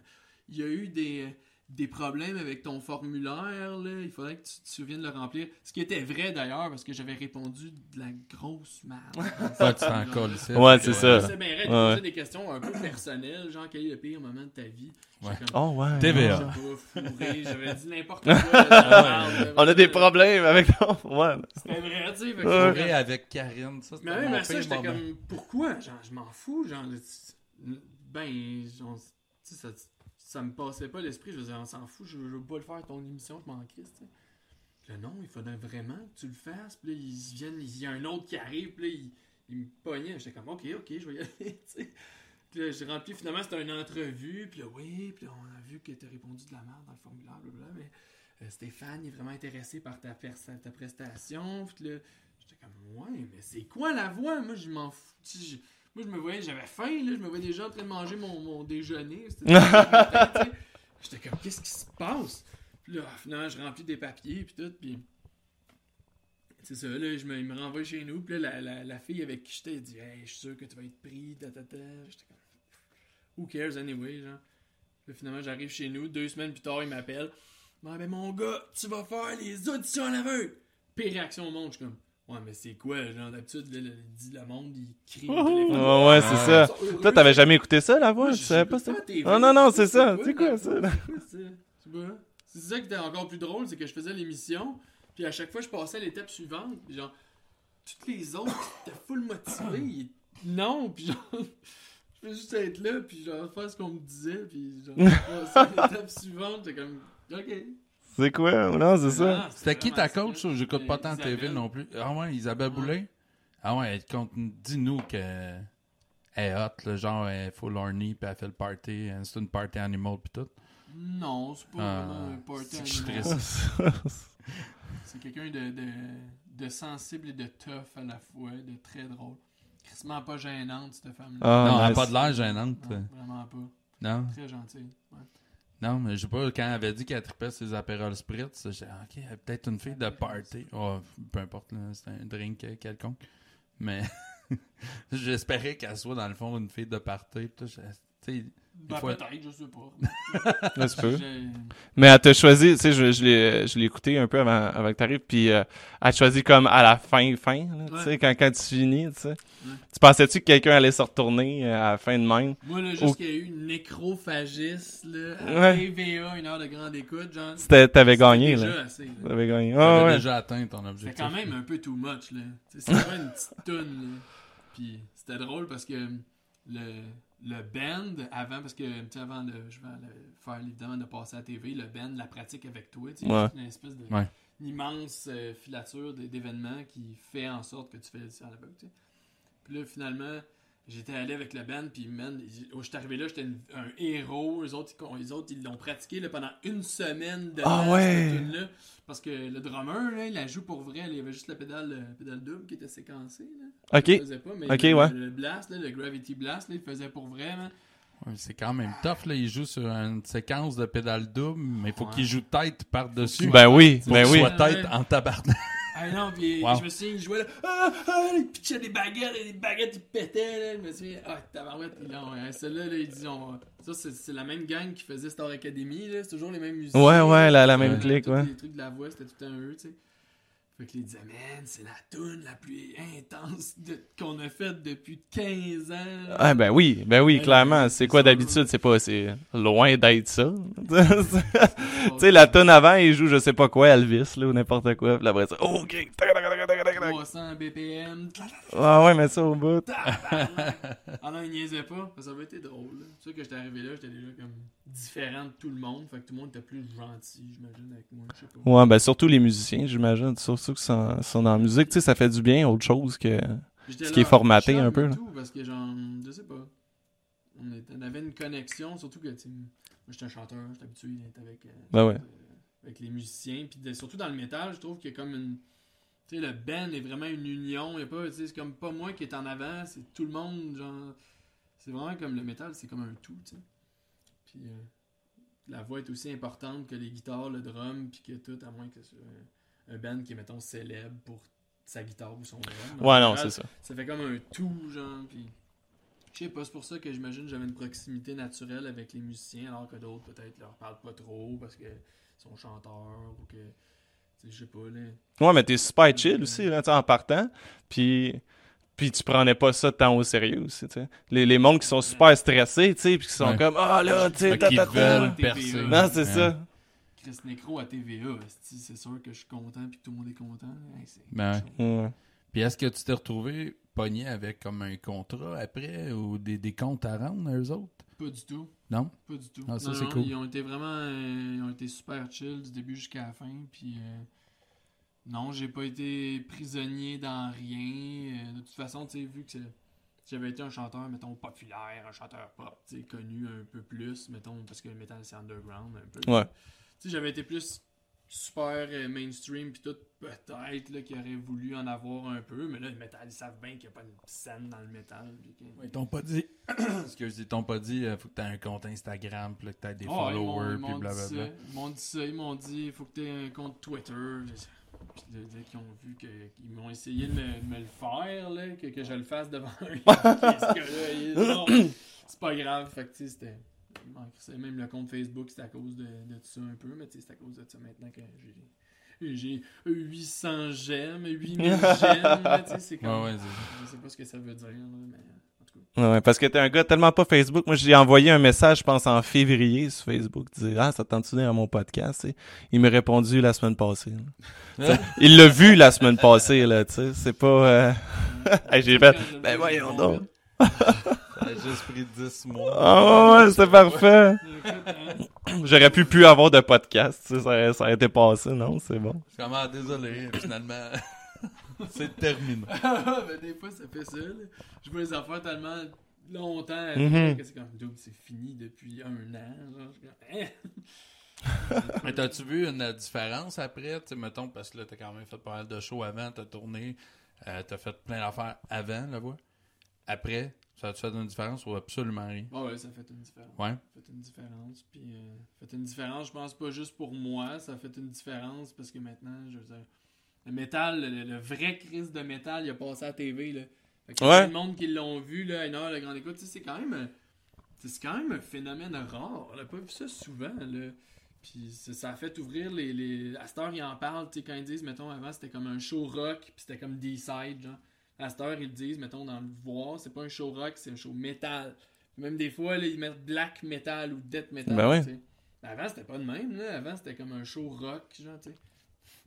Speaker 2: il y a eu des, des problèmes avec ton formulaire. Là. Il faudrait que tu te souviennes de le remplir. Ce qui était vrai d'ailleurs, parce que j'avais répondu de la grosse merde.
Speaker 3: Pas tu t'en colles,
Speaker 1: Ouais, c'est ça.
Speaker 2: C'est bien vrai de
Speaker 1: Ouais, ouais.
Speaker 2: poser des questions un peu personnelles, genre quel est le pire moment de ta vie. J'étais
Speaker 3: Ouais.
Speaker 2: comme,
Speaker 1: Oh, ouais.
Speaker 3: TVA.
Speaker 2: non, j'ai pas fourré, J'avais dit ah n'importe quoi. là, de la merde,
Speaker 1: On a des
Speaker 2: vraiment.
Speaker 1: problèmes avec toi. Ouais.
Speaker 2: C'était vrai, tu sais.
Speaker 1: Ouais.
Speaker 2: fait que j'étais comme-
Speaker 3: Courir avec Karine, ça, c'était
Speaker 2: Mais même
Speaker 3: mon
Speaker 2: à ça,
Speaker 3: pire
Speaker 2: j'étais
Speaker 3: moment.
Speaker 2: comme, pourquoi? Genre, je m'en fous. Genre, le- ben, genre, tu sais, ça, ça me passait pas l'esprit. Je faisais, on s'en fout, je, je veux pas le faire, ton émission, je m'en crisse, tu sais. Puis là, non, il faudrait vraiment que tu le fasses. Puis là, ils viennent, il y a un autre qui arrive, puis là, il, il me pognait. J'étais comme, ok, ok, je vais y aller, tu sais. Puis là, j'ai rempli, finalement, c'était une entrevue. Puis là, oui, puis là, on a vu que t'as répondu de la merde dans le formulaire, blablabla. Mais euh, Stéphane est vraiment intéressé par ta, perso- ta prestation. Puis là, j'étais comme, ouais, mais c'est quoi la voix? Moi, je m'en fous. Tu sais, je- Moi, je me voyais, j'avais faim, là. Je me voyais déjà en train de manger mon, mon déjeuner. C'était déjà le matin, tu sais. J'étais comme, qu'est-ce qui se passe? Puis là, finalement, je remplis des papiers, puis tout, puis... C'est ça, là, je me, il me renvoie chez nous, puis là, la, la, la fille avec qui j'étais, elle dit « Hey, je suis sûr que tu vas être pris, ta, ta, ta. » J'étais comme « Who cares anyway, genre. » Puis finalement, j'arrive chez nous, deux semaines plus tard, il m'appelle « Bon, ben mon gars, tu vas faire les auditions à l'aveugle! » Pire réaction au monde, je suis comme « Ouais, mais c'est quoi, genre, d'habitude, le, le, dit le monde, il crie au téléphone.
Speaker 1: Ouais, ouais, c'est
Speaker 3: Ah.
Speaker 1: ça. Toi, t'avais jamais écouté ça, la voix?
Speaker 2: Moi,
Speaker 1: Tu
Speaker 2: je
Speaker 1: savais
Speaker 2: sais
Speaker 1: pas ça?
Speaker 2: t'es
Speaker 1: Ah, non, non, c'est
Speaker 2: C'est
Speaker 1: ça.
Speaker 2: quoi,
Speaker 1: C'est quoi,
Speaker 2: la-
Speaker 1: ça?
Speaker 2: C'est c'est pas- hein? c'est ça qui était encore plus drôle, c'est que je faisais l'émission, puis à chaque fois je passais à l'étape suivante, puis genre, toutes les autres étaient full motivées. ils- Non, puis genre, je peux juste être là, puis genre, faire ce qu'on me disait, puis genre, passer à l'étape suivante, c'est comme, ok.
Speaker 1: C'est quoi? Non, c'est ça.
Speaker 2: Ah,
Speaker 3: C'était qui ta
Speaker 2: vraiment
Speaker 3: coach?
Speaker 2: ça.
Speaker 3: ça? J'écoute pas tant de
Speaker 2: Isabelle.
Speaker 3: TV non plus. Ah ouais, Isabelle
Speaker 2: Ouais.
Speaker 3: Boulay? Ah ouais, elle compte- dis-nous que elle est hot, le genre elle est full horny, puis elle fait le party, elle- c'est une party animal puis tout.
Speaker 2: Non, c'est pas
Speaker 3: Ah,
Speaker 2: vraiment un
Speaker 3: c'est
Speaker 2: party
Speaker 3: que je suis
Speaker 2: animal.
Speaker 3: triste.
Speaker 2: C'est quelqu'un de, de, de sensible et de tough à la fois, de très drôle. Crissement pas gênante, cette femme-là.
Speaker 1: Ah,
Speaker 3: non, elle a
Speaker 1: nice.
Speaker 3: pas de l'air gênante.
Speaker 2: Non, vraiment pas.
Speaker 3: Non,
Speaker 2: Très gentille. Ouais.
Speaker 3: non, mais je sais pas, quand elle avait dit qu'elle tripait ses apérols spritz, j'ai dit, Ah, ok, elle est peut-être une fille de party. Oh, peu importe, là, c'est un drink euh, quelconque. Mais j'espérais qu'elle soit dans le fond une fille de party. puis là, je- tu sais,
Speaker 2: Ben,
Speaker 3: fois-
Speaker 2: peut-être, je sais pas.
Speaker 1: Ça se peut.
Speaker 2: J'ai-
Speaker 1: Mais elle t'a choisi, tu sais, je, je l'ai je l'ai écouté un peu avant, avant que t'arrives, puis euh, elle t'a choisi comme à la fin, fin, là, tu sais, quand, quand tu finis, tu sais. Tu pensais-tu que quelqu'un allait se retourner euh, à la fin de même?
Speaker 2: Moi, là,
Speaker 1: Oh.
Speaker 2: jusqu'à eu une nécrophagiste, là, à
Speaker 1: Ouais.
Speaker 2: TVA, une heure de grande écoute, genre.
Speaker 1: C'était- T'avais gagné,
Speaker 2: C'était
Speaker 1: là.
Speaker 2: déjà assez, là.
Speaker 1: T'avais gagné.
Speaker 3: t'avais
Speaker 1: Ah, ouais.
Speaker 3: déjà atteint ton
Speaker 2: C'était
Speaker 3: objectif.
Speaker 2: quand même un peu too much, là. Tu sais, C'était pas une petite toune, là. Puis c'était drôle parce que le, le band, avant, parce que, tu sais, avant de je vais le faire évidemment de passer à la TV, le band, la pratique avec toi, tu sais,
Speaker 1: Ouais.
Speaker 2: c'est une espèce de.
Speaker 3: Ouais.
Speaker 2: une immense euh, filature d- d'événements qui fait en sorte que tu fais le à la tu sais. Puis là, finalement, J'étais allé avec le band, puis man, j- oh, j'étais arrivé là, j'étais une- un héros. Les autres, ils con- les autres, ils l'ont pratiqué là, pendant une semaine de
Speaker 1: Ah
Speaker 2: temps,
Speaker 1: ouais!
Speaker 2: cette tune-là. Parce que le drummer, là, il la joue pour vrai. là, Il y avait juste la pédale, euh, pédale double qui était séquencée. Là.
Speaker 1: Ok.
Speaker 2: Il faisait pas, mais
Speaker 1: Ok,
Speaker 2: le,
Speaker 1: ouais.
Speaker 2: le blast, là, le Gravity Blast, là, il faisait pour vrai. man.
Speaker 3: Ouais, c'est quand même tough, là. Il joue sur une séquence de pédale double, mais faut
Speaker 2: Ouais.
Speaker 3: qu'il joue tête par-dessus.
Speaker 1: Ben oui,
Speaker 3: Faut
Speaker 1: ben
Speaker 3: qu'il
Speaker 1: oui.
Speaker 3: soit tête en tabarnak.
Speaker 2: Ah non, puis
Speaker 3: Wow.
Speaker 2: je me souviens, il jouait là, ah, ah, il pitchait des baguettes, et les baguettes, il pétait, là, je me souviens, ah, tabarouette, ils l'ont, hein, celle-là, là, ils disent, on va- ça, c'est, c'est la même gang qui faisait Star Academy, là, c'est toujours les mêmes musiques.
Speaker 1: Ouais, ouais, la, la même
Speaker 3: Ouais.
Speaker 1: clique, ouais.
Speaker 2: Les trucs de la voix, c'était tout le temps eux, tu sais. Fait que les disaient, man, c'est la tune la plus intense de- qu'on a faite depuis 15 ans. là.
Speaker 1: Ah ben oui, ben oui,
Speaker 2: Ouais,
Speaker 1: clairement.
Speaker 2: ouais,
Speaker 1: C'est
Speaker 2: c'est
Speaker 1: quoi
Speaker 2: ça.
Speaker 1: d'habitude? C'est pas, c'est loin d'être ça. tu
Speaker 2: C'est pas-
Speaker 1: sais, la tonne avant, il joue je sais pas quoi, Elvis, là, ou n'importe quoi. Puis après ça, ok.
Speaker 2: 300 BPM.
Speaker 1: Ah ouais, mais ça au bout.
Speaker 2: Ah non, il niaisait pas. Ça avait été drôle. là. C'est sûr que j'étais arrivé là, j'étais déjà comme différent de tout le monde. Fait que tout le monde était plus gentil, j'imagine, avec moi. Je sais pas.
Speaker 1: Ouais, ben surtout les musiciens, j'imagine. Surtout que sont, sont dans la musique, tu sais, ça fait du bien autre chose que.
Speaker 2: J'étais
Speaker 1: Ce
Speaker 2: là
Speaker 1: qui est
Speaker 2: en
Speaker 1: formaté
Speaker 2: charme
Speaker 1: un peu,
Speaker 2: et
Speaker 1: là.
Speaker 2: Tout, parce que genre, je sais pas. On, était- on avait une connexion, surtout que, tu sais, moi j'étais un chanteur, j'étais habitué d'être avec, euh,
Speaker 1: Ben ouais.
Speaker 2: euh, avec les musiciens. Puis de- surtout dans le métal, je trouve qu'il y a comme une. Tu sais, le band est vraiment une union. Il y a pas, tu sais, c'est comme pas moi qui est en avant, c'est tout le monde, genre. C'est vraiment comme le métal, c'est comme un tout, tu sais. Puis euh, la voix est aussi importante que les guitares, le drum, puis que tout, à moins que ce soit un, un band qui est, mettons, célèbre pour sa guitare ou son drum. En
Speaker 1: Ouais, non,
Speaker 2: général,
Speaker 1: c'est ça.
Speaker 2: ça fait comme un tout, genre, puis... Je sais pas, c'est pour ça que j'imagine que j'avais une proximité naturelle avec les musiciens, alors que d'autres, peut-être, leur parlent pas trop, parce que sont chanteurs, ou que... tu sais, Je sais pas, là...
Speaker 1: Ouais, mais t'es super chill aussi, là, tu sais, en partant. Puis, puis tu prenais pas ça tant au sérieux aussi, tu sais. Les, les mondes qui sont super stressés, tu sais, puis qui sont
Speaker 3: Ouais.
Speaker 1: comme, ah là, tu sais,
Speaker 3: Fait qu'ils
Speaker 1: ta, ta, ta.
Speaker 3: veulent percer.
Speaker 1: Non, c'est
Speaker 3: Ouais.
Speaker 1: ça.
Speaker 2: Chris Necro à TVA, esti, c'est sûr que je suis content, puis que tout le monde est content. là. Hey, c'est
Speaker 3: Ben
Speaker 2: quelque
Speaker 1: Ouais.
Speaker 3: Puis est-ce que tu t'es retrouvé pogné avec comme un contrat après ou des, des comptes à rendre à eux autres?
Speaker 2: chose. Pas du tout.
Speaker 3: Non?
Speaker 2: Pas du tout.
Speaker 3: Ah, ça,
Speaker 2: Non,
Speaker 3: c'est
Speaker 2: non,
Speaker 3: cool.
Speaker 2: Ils ont été vraiment. euh, ils ont été super chill du début jusqu'à la fin. Puis. euh, non, j'ai pas été prisonnier dans rien. Euh, de toute façon, tu sais, vu que c'est- j'avais été un chanteur, mettons, populaire, un chanteur pop, tu sais, connu un peu plus, mettons, parce que le métal c'est underground un peu.
Speaker 1: Ouais.
Speaker 2: Tu sais, j'avais été plus super euh, mainstream puis tout, peut-être là, qu'ils auraient voulu en avoir un peu, mais là, le métal, ils savent bien qu'il n'y a pas de scène dans le métal. puis que-
Speaker 3: Ils t'ont pas dit. Excusez, ils t'ont pas dit, euh, faut que t'aies un compte Instagram, puis là, que t'aies des
Speaker 2: Ah,
Speaker 3: followers,
Speaker 2: ils m'ont- ils
Speaker 3: puis
Speaker 2: m'ont dit
Speaker 3: blablabla.
Speaker 2: ça, Ils m'ont dit ça, ils m'ont dit, il faut que tu aies un compte Twitter. Puis là, dès qu'ils ont vu que- qu'ils m'ont essayé de me, de me le faire, là, que, que je le fasse devant eux, qu'est-ce que là, il- non, c'est pas grave. Fait que, tu sais, c'était. il m'en crissait. Même le compte Facebook, c'est à cause de, de ça un peu, mais tu sais, c'est à cause de ça maintenant que j'ai. J'ai 800 j'aime, 8000 j'aime, là, tu sais, c'est comme.
Speaker 3: Ouais, ouais, c'est
Speaker 2: Je sais pas ce que ça veut dire, là, mais en tout cas.
Speaker 1: Ouais, parce que t'es un gars tellement pas Facebook. Moi, j'ai envoyé un message, je pense, en février sur Facebook. Dire, ah, ça te tente-tu d'être à mon podcast? tu sais? Il m'a répondu la semaine passée. là. Tu sais, Il l'a vu la semaine passée, là, tu sais. C'est pas. euh, Hey, j'ai fait. Ben voyons donc.
Speaker 3: ça. Ça a juste pris 10 mois.
Speaker 1: Ah ouais, c'était parfait.
Speaker 2: Écoute, hein,
Speaker 1: J'aurais pu plus avoir de podcast. tu sais, Ça, aurait- ça aurait été passé, non? C'est bon.
Speaker 3: Je suis comme, ah, désolé, finalement, c'est terminé.
Speaker 2: Ah, ben des fois, ça fait ça. là. Je vois les affaires tellement longtemps après
Speaker 1: Mhm.
Speaker 2: que c'est comme double, c'est fini depuis un an. Genre, je suis comme, hein?
Speaker 3: Mais t'as-tu vu une différence après? Tu sais, mettons, parce que là, t'as quand même fait pas mal de shows avant, t'as tourné, euh, t'as fait plein d'affaires avant, la voix. Après, ça a-tu fait une différence ou absolument rien?
Speaker 2: Ah ouais, ça fait une différence.
Speaker 3: Ouais.
Speaker 2: Ça fait une différence. Puis, euh, ça fait une différence, je pense pas juste pour moi, ça fait une différence parce que maintenant, je veux dire, le métal, le, le vrai crise de métal, il a passé à la TV. Là. Fait que
Speaker 1: Ouais.
Speaker 2: plein de monde qui l'ont vu là, à une heure, la grande écoute, tu sais, c'est quand même. euh, C'est quand même un phénomène rare. On n'a pas vu ça souvent. Là. Puis ça, ça a fait ouvrir les. les... À cette heure, ils en parlent. tu sais, Quand ils disent, mettons, avant, c'était comme un show rock, puis c'était comme D-side. Genre. À cette heure, ils le disent, mettons, dans le voir, c'est pas un show rock, c'est un show metal. Même des fois, là, ils mettent black metal ou death metal.
Speaker 1: Ben ouais.
Speaker 2: tu sais. Avant, c'était pas de même. Là. Avant, c'était comme un show rock. Genre, tu sais.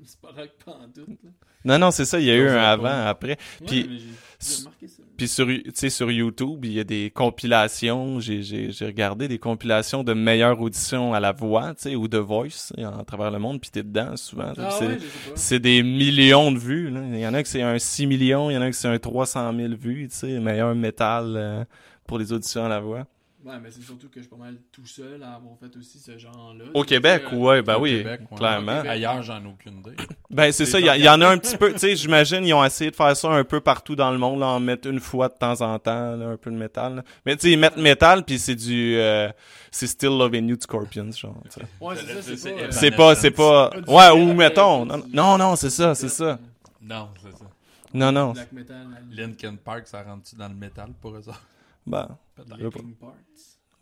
Speaker 2: C'est pas rock pantoute, là.
Speaker 1: Non, non, c'est ça, il y a eu
Speaker 3: Dans
Speaker 1: un
Speaker 3: un
Speaker 1: avant,
Speaker 3: coin.
Speaker 1: après.
Speaker 2: Ouais,
Speaker 1: Puis-
Speaker 2: mais j'ai- j'ai remarqué ça.
Speaker 1: Puis sur, tu sais, sur YouTube, il y a des compilations. J'ai- J'ai j'ai regardé des compilations de meilleures auditions à la voix, tu sais, ou de voice hein, à travers le monde. Puis t'es dedans souvent.
Speaker 2: Ah
Speaker 1: c'est
Speaker 2: ouais, je sais pas.
Speaker 1: c'est des millions de vues. là. Il y en a que c'est un 6 millions, il y en a que c'est un 300 000 vues. Tu sais, meilleur métal euh, pour les auditions à la voix.
Speaker 2: Ouais, mais c'est surtout que je suis pas mal tout seul à avoir fait aussi ce genre-là.
Speaker 1: Au Québec,
Speaker 2: Parce que, euh,
Speaker 1: ouais, ben
Speaker 3: au
Speaker 1: oui,
Speaker 3: Québec, ouais.
Speaker 1: clairement.
Speaker 3: Ailleurs, j'en ai aucune idée.
Speaker 1: Ben c'est
Speaker 3: C'est
Speaker 1: ça, il y, a- il y en a un petit peu. Tu sais, j'imagine ils ont essayé de faire ça un peu partout dans le monde, là, en mettre une fois de temps en temps, là, un peu de métal. là. Mais tu sais, ils mettent métal, puis c'est du, euh, c'est Still Loving You de Scorpions, genre. tu sais.
Speaker 2: Ouais, c'est ça, c'est
Speaker 3: C'est-
Speaker 2: pas... euh,
Speaker 1: C'est pas, c'est pas. Ouais, ou mettons. Non, non, non, c'est ça, c'est ça.
Speaker 3: Non, c'est ça.
Speaker 1: Non, non.
Speaker 2: Black Metal, la-
Speaker 3: Linkin Park, ça rentre-tu dans le métal pour eux autres?
Speaker 1: Ben,
Speaker 3: Peut-être.
Speaker 1: je sais pas.
Speaker 2: Linkin Parts.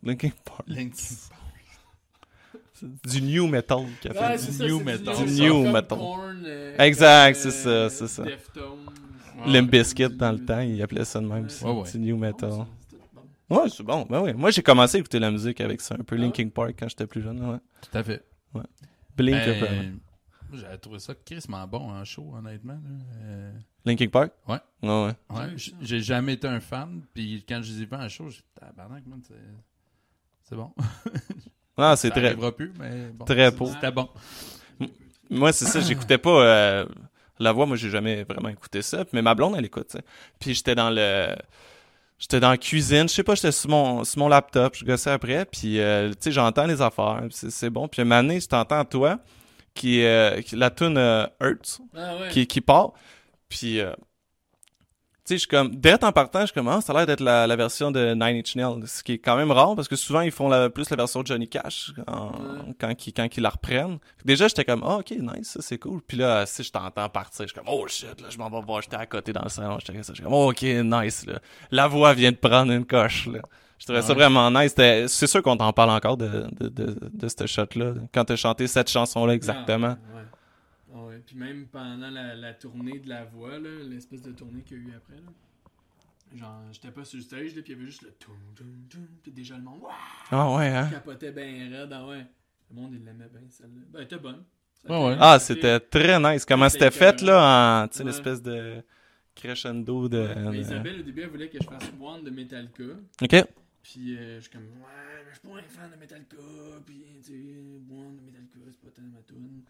Speaker 1: Linkin Park.
Speaker 3: Linkin Park.
Speaker 1: C'est Du new metal qu'a fait.
Speaker 2: Ouais,
Speaker 3: du
Speaker 2: c'est ça,
Speaker 3: new
Speaker 2: c'est
Speaker 3: metal.
Speaker 1: Du
Speaker 2: c'est
Speaker 1: new
Speaker 2: comme
Speaker 1: metal.
Speaker 2: Korn, euh,
Speaker 1: Exact,
Speaker 2: comme,
Speaker 1: c'est ça,
Speaker 2: euh,
Speaker 1: c'est ça.
Speaker 2: Deftones.
Speaker 1: Limp Bizkit dans le temps, ils appelaient ça de même. C'est
Speaker 3: Ouais, ouais.
Speaker 1: du new metal.
Speaker 2: Bon, Ah, c'est- c'est bon.
Speaker 1: Ouais, c'est bon. Ben oui. Moi, j'ai commencé à écouter la musique avec ça, un peu Linkin
Speaker 3: Ah.
Speaker 1: Park quand j'étais plus jeune. Ouais.
Speaker 3: Tout à fait.
Speaker 1: Blink un peu.
Speaker 3: Ben, J'avais trouvé ça crissement bon en show, honnêtement. là. Euh,
Speaker 1: Linkin Park?
Speaker 3: Ouais.
Speaker 1: Ouais, ouais.
Speaker 3: Ouais, j- j'ai jamais été un fan, puis quand je les ai vus en show, j'ai dit, tabarnak, man, c'est- c'est bon.
Speaker 1: Non, Ah, c'est
Speaker 3: Ça
Speaker 1: très.
Speaker 3: arrivera plus, mais bon.
Speaker 1: très
Speaker 3: c'est-
Speaker 1: pauvre.
Speaker 3: C'était bon.
Speaker 1: Moi, c'est ça, j'écoutais pas euh, la voix, moi j'ai jamais vraiment écouté ça, mais ma blonde elle écoute ça. Puis j'étais dans le j'étais dans la cuisine, je sais pas, j'étais sur mon sur mon laptop, je gossais après, puis euh, tu sais j'entends les affaires, puis c'est c'est bon. Puis une année, je t'entends toi qui, euh, qui- la tune euh, Hurts
Speaker 2: Ah ouais.
Speaker 1: qui, qui part. Puis, euh, tu sais, je suis comme, dès en partant, je suis comme, Ah, ça a l'air d'être la, la version de Nine Inch Nails, ce qui est quand même rare parce que souvent ils font la, plus la version de Johnny Cash en-
Speaker 2: Ouais.
Speaker 1: quand, ils, quand qu'ils la reprennent. Déjà, j'étais comme, ah, ok, nice, ça c'est cool. Puis là, si je t'entends partir, je suis comme, oh shit, là, je m'en vais voir, j'étais à côté dans le salon, j'étais comme ça, j'étais comme, Oh, ok, nice, là. La voix vient de prendre une coche, là. Je trouvais ça
Speaker 3: Ouais.
Speaker 1: vraiment nice. C'était- C'est sûr qu'on t'en parle encore de, de, de, de ce shot-là, quand t'as chanté cette chanson-là exactement.
Speaker 2: Ah, ouais. Ah ouais. Puis même pendant la, la tournée de la voix, là, l'espèce de tournée qu'il y a eu après, là, genre, j'étais pas sur le stage, là, puis il y avait juste le tout, tout, tout, puis déjà le monde, waouh,
Speaker 1: Ah ouais, hein?
Speaker 2: capotait bien raide, ah ouais. Le monde, il l'aimait bien, celle-là. Ben, elle était bonne. Ça
Speaker 3: Ouais,
Speaker 2: a
Speaker 3: ouais.
Speaker 2: été-
Speaker 1: Ah, c'était très nice. Comment c'était
Speaker 2: C'était
Speaker 1: fait,
Speaker 2: écœurant.
Speaker 1: là, en, tu sais,
Speaker 2: Ouais.
Speaker 1: l'espèce de crescendo de...
Speaker 2: Mais Isabelle, au début, elle voulait que je fasse One de Metallica.
Speaker 1: OK.
Speaker 2: Puis euh, je suis comme, ouais, mais je suis pas un fan de Metallica. Puis, tu sais, One de Metallica, c'est pas tant ma tune.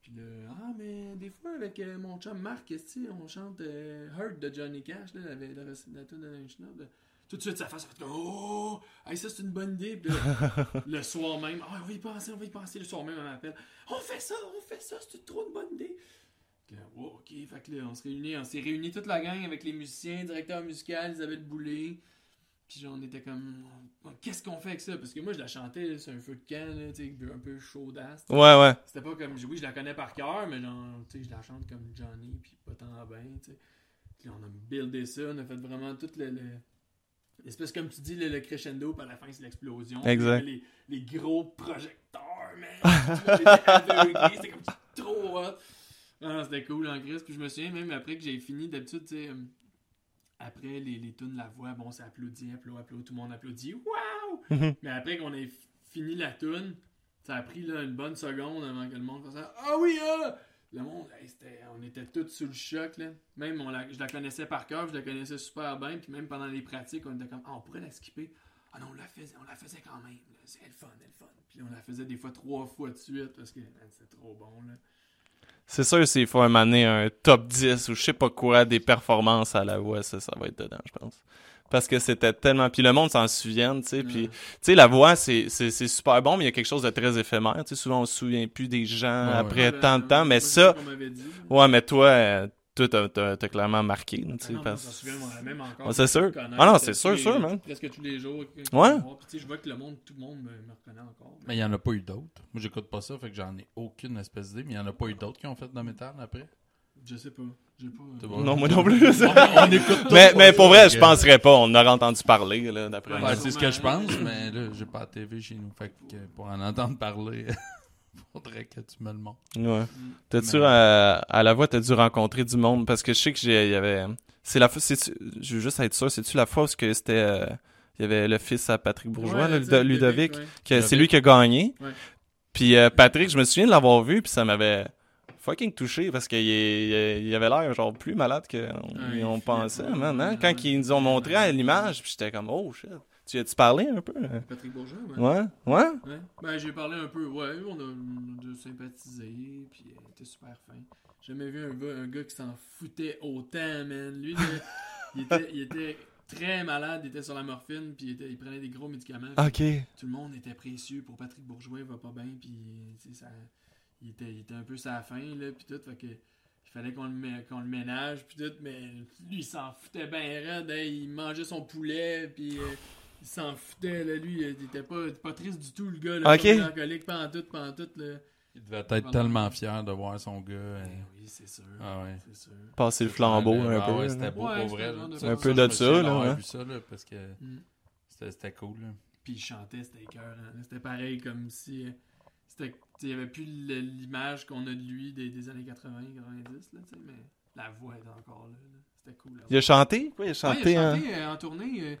Speaker 2: Puis là, ah, mais des fois, avec euh, mon chum Marc, esti, on chante euh, Hurt de Johnny Cash, là, la, la, la, la tune de Nine Inch Nails, là. Tout de suite, ça fait ça fait comme, oh, hey, ça c'est une bonne idée. Puis là, le soir même, ah, on va y penser, on va y penser. Le soir même, elle m'appelle, on fait ça, on fait ça, c'est trop une bonne idée. Puis là, wow, ok, fait que là, on se réunit, on s'est réunis toute la gang avec les musiciens, directeur musical, Isabelle Boulay. Puis genre, on était comme, qu'est-ce qu'on fait avec ça? Parce que moi, je la chantais, là, c'est un feu de camp, là, tu sais, un peu chaudasse.
Speaker 1: Ouais, ouais.
Speaker 2: C'était pas comme, oui, je la connais par cœur, mais genre, tu sais, je la chante comme Johnny, puis pas tant bien, tu sais. Puis là, on a buildé ça, on a fait vraiment tout le. le- L'espèce, comme tu dis, le, le crescendo, puis à la fin, c'est l'explosion.
Speaker 1: Exact.
Speaker 2: Puis Les, les gros projecteurs, man! Tu vois, j'étais aveuglé, C'était comme trop hot! Ah, non, c'était cool en Grèce. Puis je me souviens même après que j'ai fini, d'habitude, tu sais, euh, après les, les tunes, la voix, bon, ça applaudit, applaudit, applaudit, tout le monde applaudit. Waouh!
Speaker 1: Mhm.
Speaker 2: Mais après qu'on ait fini la tune, ça a pris là, une bonne seconde avant que le monde fasse ça. Ah oui, ah! Le monde, hey, c'était- on était tous sous le choc. Là. Même, on la- je la connaissais par cœur, je la connaissais super bien. Puis même pendant les pratiques, on était comme, ah, on pourrait la skipper. Ah non, on la faisait, on la faisait quand même. là. C'est elle fun, elle fun. Puis là, on la faisait des fois trois fois de suite parce que man, c'était trop bon. Là.
Speaker 1: C'est sûr, s'il faut amener un top 10 ou je sais pas quoi, des performances à la voix, ça, ça va être dedans, je pense. Parce que c'était tellement... Puis le monde s'en souvient, tu sais, puis...
Speaker 2: Ouais.
Speaker 1: Tu sais, la voix, c'est c'est- c'est super bon, mais il y a quelque chose de très éphémère, tu sais. Souvent, on se souvient plus des gens
Speaker 3: Ouais,
Speaker 1: après
Speaker 2: Ouais,
Speaker 1: tant de
Speaker 2: ben,
Speaker 1: temps,
Speaker 2: c'est
Speaker 1: mais
Speaker 2: pas
Speaker 1: ça...
Speaker 2: qu'on m'avait dit, là.
Speaker 1: Ouais, mais toi, euh, toi, t'as- t'as t'as clairement marqué, tu
Speaker 2: Ah
Speaker 1: sais,
Speaker 2: non, moi,
Speaker 1: parce-
Speaker 2: je m'en souviens, moi, même encore.
Speaker 1: Ouais, c'est sûr.
Speaker 2: Je me reconnais
Speaker 1: Ah non,
Speaker 2: presque
Speaker 1: c'est sûr,
Speaker 2: tous
Speaker 1: sûr,
Speaker 2: les-
Speaker 1: man.
Speaker 2: Presque tous les jours. que- que
Speaker 1: Ouais.
Speaker 2: je vois. Puis, tu sais, je vois que le monde, tout le monde me, me reconnaît encore.
Speaker 3: Mais il n'y en a pas eu d'autres. Moi, j'écoute pas ça, fait que j'en ai aucune espèce d'idée, mais il n'y en a pas eu d'autres qui ont fait de métal après.
Speaker 2: Je sais pas. J'ai pas.
Speaker 3: C'est bon.
Speaker 1: Non, moi non plus.
Speaker 3: on écoute
Speaker 1: mais,
Speaker 3: tous
Speaker 1: mais
Speaker 3: pas
Speaker 1: pour
Speaker 3: ça,
Speaker 1: vrai,
Speaker 3: donc,
Speaker 1: je
Speaker 3: euh,
Speaker 1: penserais pas. On en aurait entendu parler, là, d'après
Speaker 2: Ouais,
Speaker 1: moi.
Speaker 3: ben, c'est ce que je pense, mais là, j'ai pas la TV chez nous. Fait que euh, pour en entendre parler, faudrait que tu me le montres.
Speaker 1: Ouais. T'as-tu,
Speaker 3: Mais-
Speaker 1: euh, à la voix, t'as dû rencontrer du monde? Parce que je sais que j'ai, il y avait, c'est la fois, c'est-tu- je veux juste être sûr, c'est-tu la fois où ce que c'était, euh, il y avait le fils à Patrick Bourgeois,
Speaker 2: Ouais,
Speaker 1: là,
Speaker 2: tu sais,
Speaker 1: Ludo- Ludovic,
Speaker 2: ouais.
Speaker 1: que c'est
Speaker 3: Ludovic.
Speaker 1: lui qui a gagné.
Speaker 2: Ouais.
Speaker 1: Puis euh, Patrick, je me souviens de l'avoir vu, puis ça m'avait fucking touché parce qu'il est- il avait l'air genre plus malade qu'on
Speaker 2: Ouais,
Speaker 1: on
Speaker 2: il
Speaker 1: pensait,
Speaker 2: filait pas.
Speaker 1: man, hein?
Speaker 2: Ouais.
Speaker 1: Quand ils nous ont montré à l'image, puis j'étais comme, oh shit. Tu as-tu parlé un peu?
Speaker 2: Patrick Bourgeois, ouais.
Speaker 1: Ouais? Ouais?
Speaker 2: Ouais. Ben, j'ai parlé un peu, ouais, on a, on a dû sympathiser, puis euh, il était super fin. J'ai jamais vu un gars, un gars qui s'en foutait autant, man. Lui, là, il, était, il était très malade, il était sur la morphine, puis il, était- il prenait des gros médicaments. puis
Speaker 1: Ok.
Speaker 2: Tout le monde était précieux pour Patrick Bourgeois, il va pas bien, puis tu sais, ça, il, était, il était un peu sa fin, là, puis tout, fait que. Il fallait qu'on le, mé- qu'on le ménage, puis tout, mais lui, il s'en foutait bien raide, hein, il mangeait son poulet, puis euh, il s'en foutait, là, lui, il était pas, pas triste du tout, le gars, là,
Speaker 1: Ok.
Speaker 2: pas mélancolique, pantoute, pantoute, là.
Speaker 3: Il devait être tellement fier de voir son gars. euh,
Speaker 2: Ben oui, c'est sûr,
Speaker 3: Ah ouais.
Speaker 2: c'est sûr.
Speaker 1: Passer le flambeau un
Speaker 3: Ah
Speaker 1: peu.
Speaker 3: ouais,
Speaker 1: là.
Speaker 3: c'était beau
Speaker 2: Ouais,
Speaker 3: pour
Speaker 2: c'était
Speaker 3: vrai.
Speaker 2: le genre de
Speaker 3: là.
Speaker 2: Un
Speaker 1: peu
Speaker 3: je me
Speaker 1: de ça,
Speaker 3: souviens
Speaker 1: là,
Speaker 3: d'avoir
Speaker 1: hein.
Speaker 3: vu ça, là, parce que
Speaker 2: Mm.
Speaker 3: c'était c'était cool. là.
Speaker 2: Puis il chantait, c'était écœurant, là. c'était pareil, comme si, euh, c'était, tu sais, il y avait plus le- l'image qu'on a de lui des, des années 80, 90, là, tu sais, mais la voix était encore là, là. c'était cool. là.
Speaker 1: Il a chanté? Quoi, il a
Speaker 2: Ouais,
Speaker 1: chanté?
Speaker 2: il a
Speaker 1: hein?
Speaker 2: chanté euh, en tournée. euh,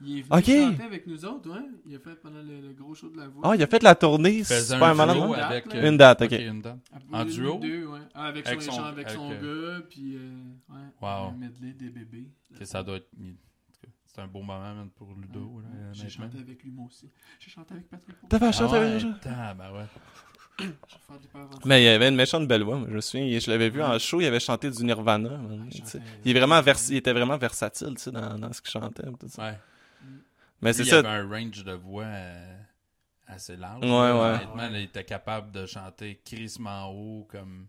Speaker 2: il est venu
Speaker 1: Ok.
Speaker 2: chanter avec nous autres, ouais. Il a fait pendant le, le gros show de la voix.
Speaker 1: Ah, il a fait la tournée,
Speaker 3: Il faisait
Speaker 1: super
Speaker 3: un
Speaker 1: malade.
Speaker 3: duo
Speaker 1: hein?
Speaker 2: ouais.
Speaker 3: avec. euh,
Speaker 2: Une
Speaker 1: Une date,
Speaker 3: ok,
Speaker 1: ok.
Speaker 3: une date.
Speaker 2: Ah,
Speaker 3: en
Speaker 2: nous
Speaker 3: duo?
Speaker 2: deux, ouais. Ah, avec,
Speaker 3: Avec
Speaker 2: son,
Speaker 3: son-
Speaker 2: échange avec,
Speaker 3: avec,
Speaker 2: son
Speaker 3: euh,
Speaker 2: gars, puis euh, ouais,
Speaker 3: Wow.
Speaker 2: un medley des bébés.
Speaker 3: Que ça doit être. en tout cas, C'est un bon moment man, pour Ludo.
Speaker 2: Ouais.
Speaker 3: là,
Speaker 2: J'ai
Speaker 3: honnêtement.
Speaker 2: chanté avec lui, moi aussi. J'ai chanté avec Patrick. Poirier.
Speaker 1: T'as pas
Speaker 3: Ah
Speaker 1: chanté avec
Speaker 3: ouais, tabarouette.
Speaker 2: Je vais faire du père avant-
Speaker 1: Mais il avait une méchante belle voix, moi, je me souviens. il- Je l'avais vu en show, il avait chanté du Nirvana. man,
Speaker 2: Ouais, il
Speaker 1: tu sais.
Speaker 2: chantait-
Speaker 1: il, est vraiment vers- il était vraiment versatile tu sais, dans, dans ce qu'il chantait. tout ça.
Speaker 3: Ouais.
Speaker 2: Mm.
Speaker 1: Mais
Speaker 3: Lui,
Speaker 1: c'est
Speaker 3: il
Speaker 1: ça.
Speaker 3: avait un range de voix euh, assez large.
Speaker 1: Ouais,
Speaker 3: là.
Speaker 1: ouais.
Speaker 3: Honnêtement, là, il était capable de chanter crissement haut comme.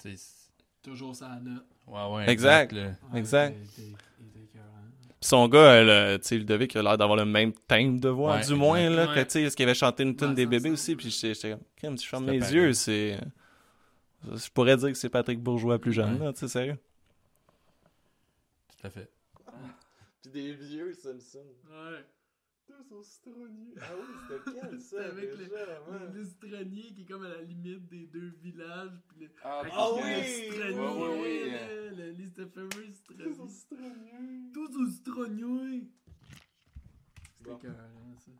Speaker 3: tu sais, c'est-
Speaker 2: Toujours sa note.
Speaker 3: Ouais, ouais.
Speaker 1: Exact.
Speaker 3: là.
Speaker 2: Ouais,
Speaker 1: Exact.
Speaker 2: il était- Il était écœurant.
Speaker 1: Puis Son gars, euh, le- tu sais, Ludovic, il a l'air d'avoir le même thème de voix,
Speaker 3: Ouais,
Speaker 1: du moins. Là,
Speaker 2: exact.
Speaker 1: que, tu sais, parce qu'il avait chanté une tune
Speaker 2: Ouais,
Speaker 1: des
Speaker 2: ça
Speaker 1: bébés
Speaker 2: ressemble.
Speaker 1: aussi. Puis j'étais j'étais comme, Crime, si je ferme
Speaker 3: C'était
Speaker 1: mes
Speaker 3: pareil.
Speaker 1: yeux, c'est. Je pourrais dire que c'est Patrick Bourgeois plus jeune,
Speaker 3: Ouais.
Speaker 1: là, tu sais, sérieux.
Speaker 3: Tout à fait.
Speaker 1: Puis des vieux Simpson.
Speaker 2: Ouais.
Speaker 1: Tous au citronnier. Ah oui, c'était quel
Speaker 2: ça, Avec déjà, L'estronnier qui est comme à la limite des deux villages. Puis le...
Speaker 1: Ah
Speaker 3: Ah,
Speaker 1: parce que- oui!
Speaker 2: L'estronnier,
Speaker 1: Ouais, ouais, oui.
Speaker 2: là, le- le- le fameux estronnier. Tous aux strognouilles! C'était
Speaker 1: Bon.
Speaker 2: écœurant, ça.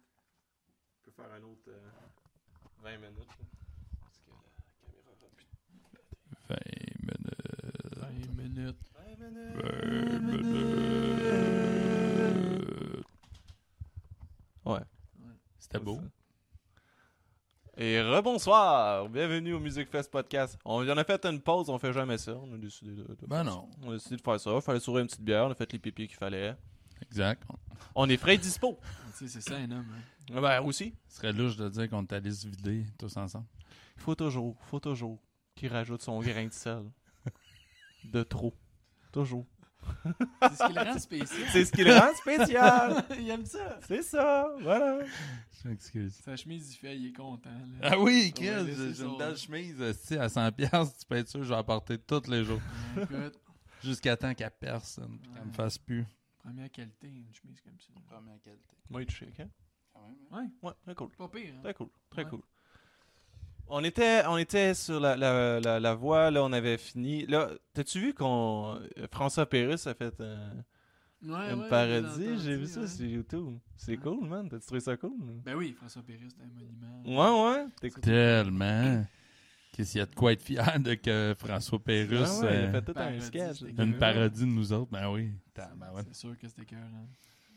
Speaker 1: peut faire un autre 20 minutes. Parce que la caméra va plus.
Speaker 3: 20 minutes.
Speaker 2: 20 minutes.
Speaker 1: 20 minutes.
Speaker 3: 20 minutes.
Speaker 1: Ouais. Ah
Speaker 3: C'était beau.
Speaker 1: Et rebonsoir! Bienvenue au Music Fest Podcast. On en a fait une pause, on fait jamais ça. On a décidé de, de
Speaker 3: Ben
Speaker 1: faire
Speaker 3: non.
Speaker 1: ça. On a décidé de faire ça. Fallait sourire une petite bière, on a fait les pipis qu'il fallait.
Speaker 3: Exact.
Speaker 1: On est frais et dispo.
Speaker 2: Tu sais, c'est ça un homme. Hein.
Speaker 1: Ah ben aussi.
Speaker 3: Ce serait louche de dire qu'on est allé se vider tous ensemble.
Speaker 1: Faut toujours, faut toujours qu'il rajoute son grain de sel. De trop. Toujours.
Speaker 2: C'est ce qui le rend spécial.
Speaker 1: C'est ce qui le rend spécial!
Speaker 2: Il aime ça.
Speaker 1: C'est ça! Voilà!
Speaker 3: Je m'excuse.
Speaker 2: Sa chemise, il fait, il est content. Là.
Speaker 3: Ah oui,
Speaker 2: On va
Speaker 3: Chris,
Speaker 2: laisser
Speaker 3: j'ai une
Speaker 2: son-
Speaker 3: belle chemise esti, à 100$, piastres, tu peux être sûr, je vais la porter tous les jours.
Speaker 2: Écoute,
Speaker 3: Jusqu'à temps qu'elle personne, puis qu'elle me fasse plus.
Speaker 2: première qualité, une chemise comme ça.
Speaker 3: Première qualité.
Speaker 1: Moi, il chic, hein? Ouais, très cool.
Speaker 2: Pas pire. Hein.
Speaker 1: Très cool, très
Speaker 2: Ouais.
Speaker 1: cool. On était, on était sur la, la, la, la voie, là, on avait fini. Là, t'as-tu vu qu'on. euh, François Pérusse a fait euh,
Speaker 2: Ouais,
Speaker 1: une
Speaker 2: ouais,
Speaker 1: parodie?
Speaker 2: entendu,
Speaker 1: J'ai vu ça
Speaker 2: ouais.
Speaker 1: sur YouTube. C'est
Speaker 2: Ouais.
Speaker 1: cool, man. T'as-tu trouvé ça cool?
Speaker 2: Ben oui, François Péris, c'est un monument.
Speaker 1: Ouais, ouais. T'es cool.
Speaker 3: Tellement. Qu'est-ce qu'il y a de quoi être fier de que François Pérusse
Speaker 1: Ah Ouais, ouais, il a
Speaker 3: euh,
Speaker 1: fait tout un
Speaker 2: parodie,
Speaker 1: sketch.
Speaker 2: c'était
Speaker 3: une parodie de nous autres? Ben oui.
Speaker 2: C'est
Speaker 3: Tabarouette.
Speaker 2: c'est sûr que c'était cœur. Hein.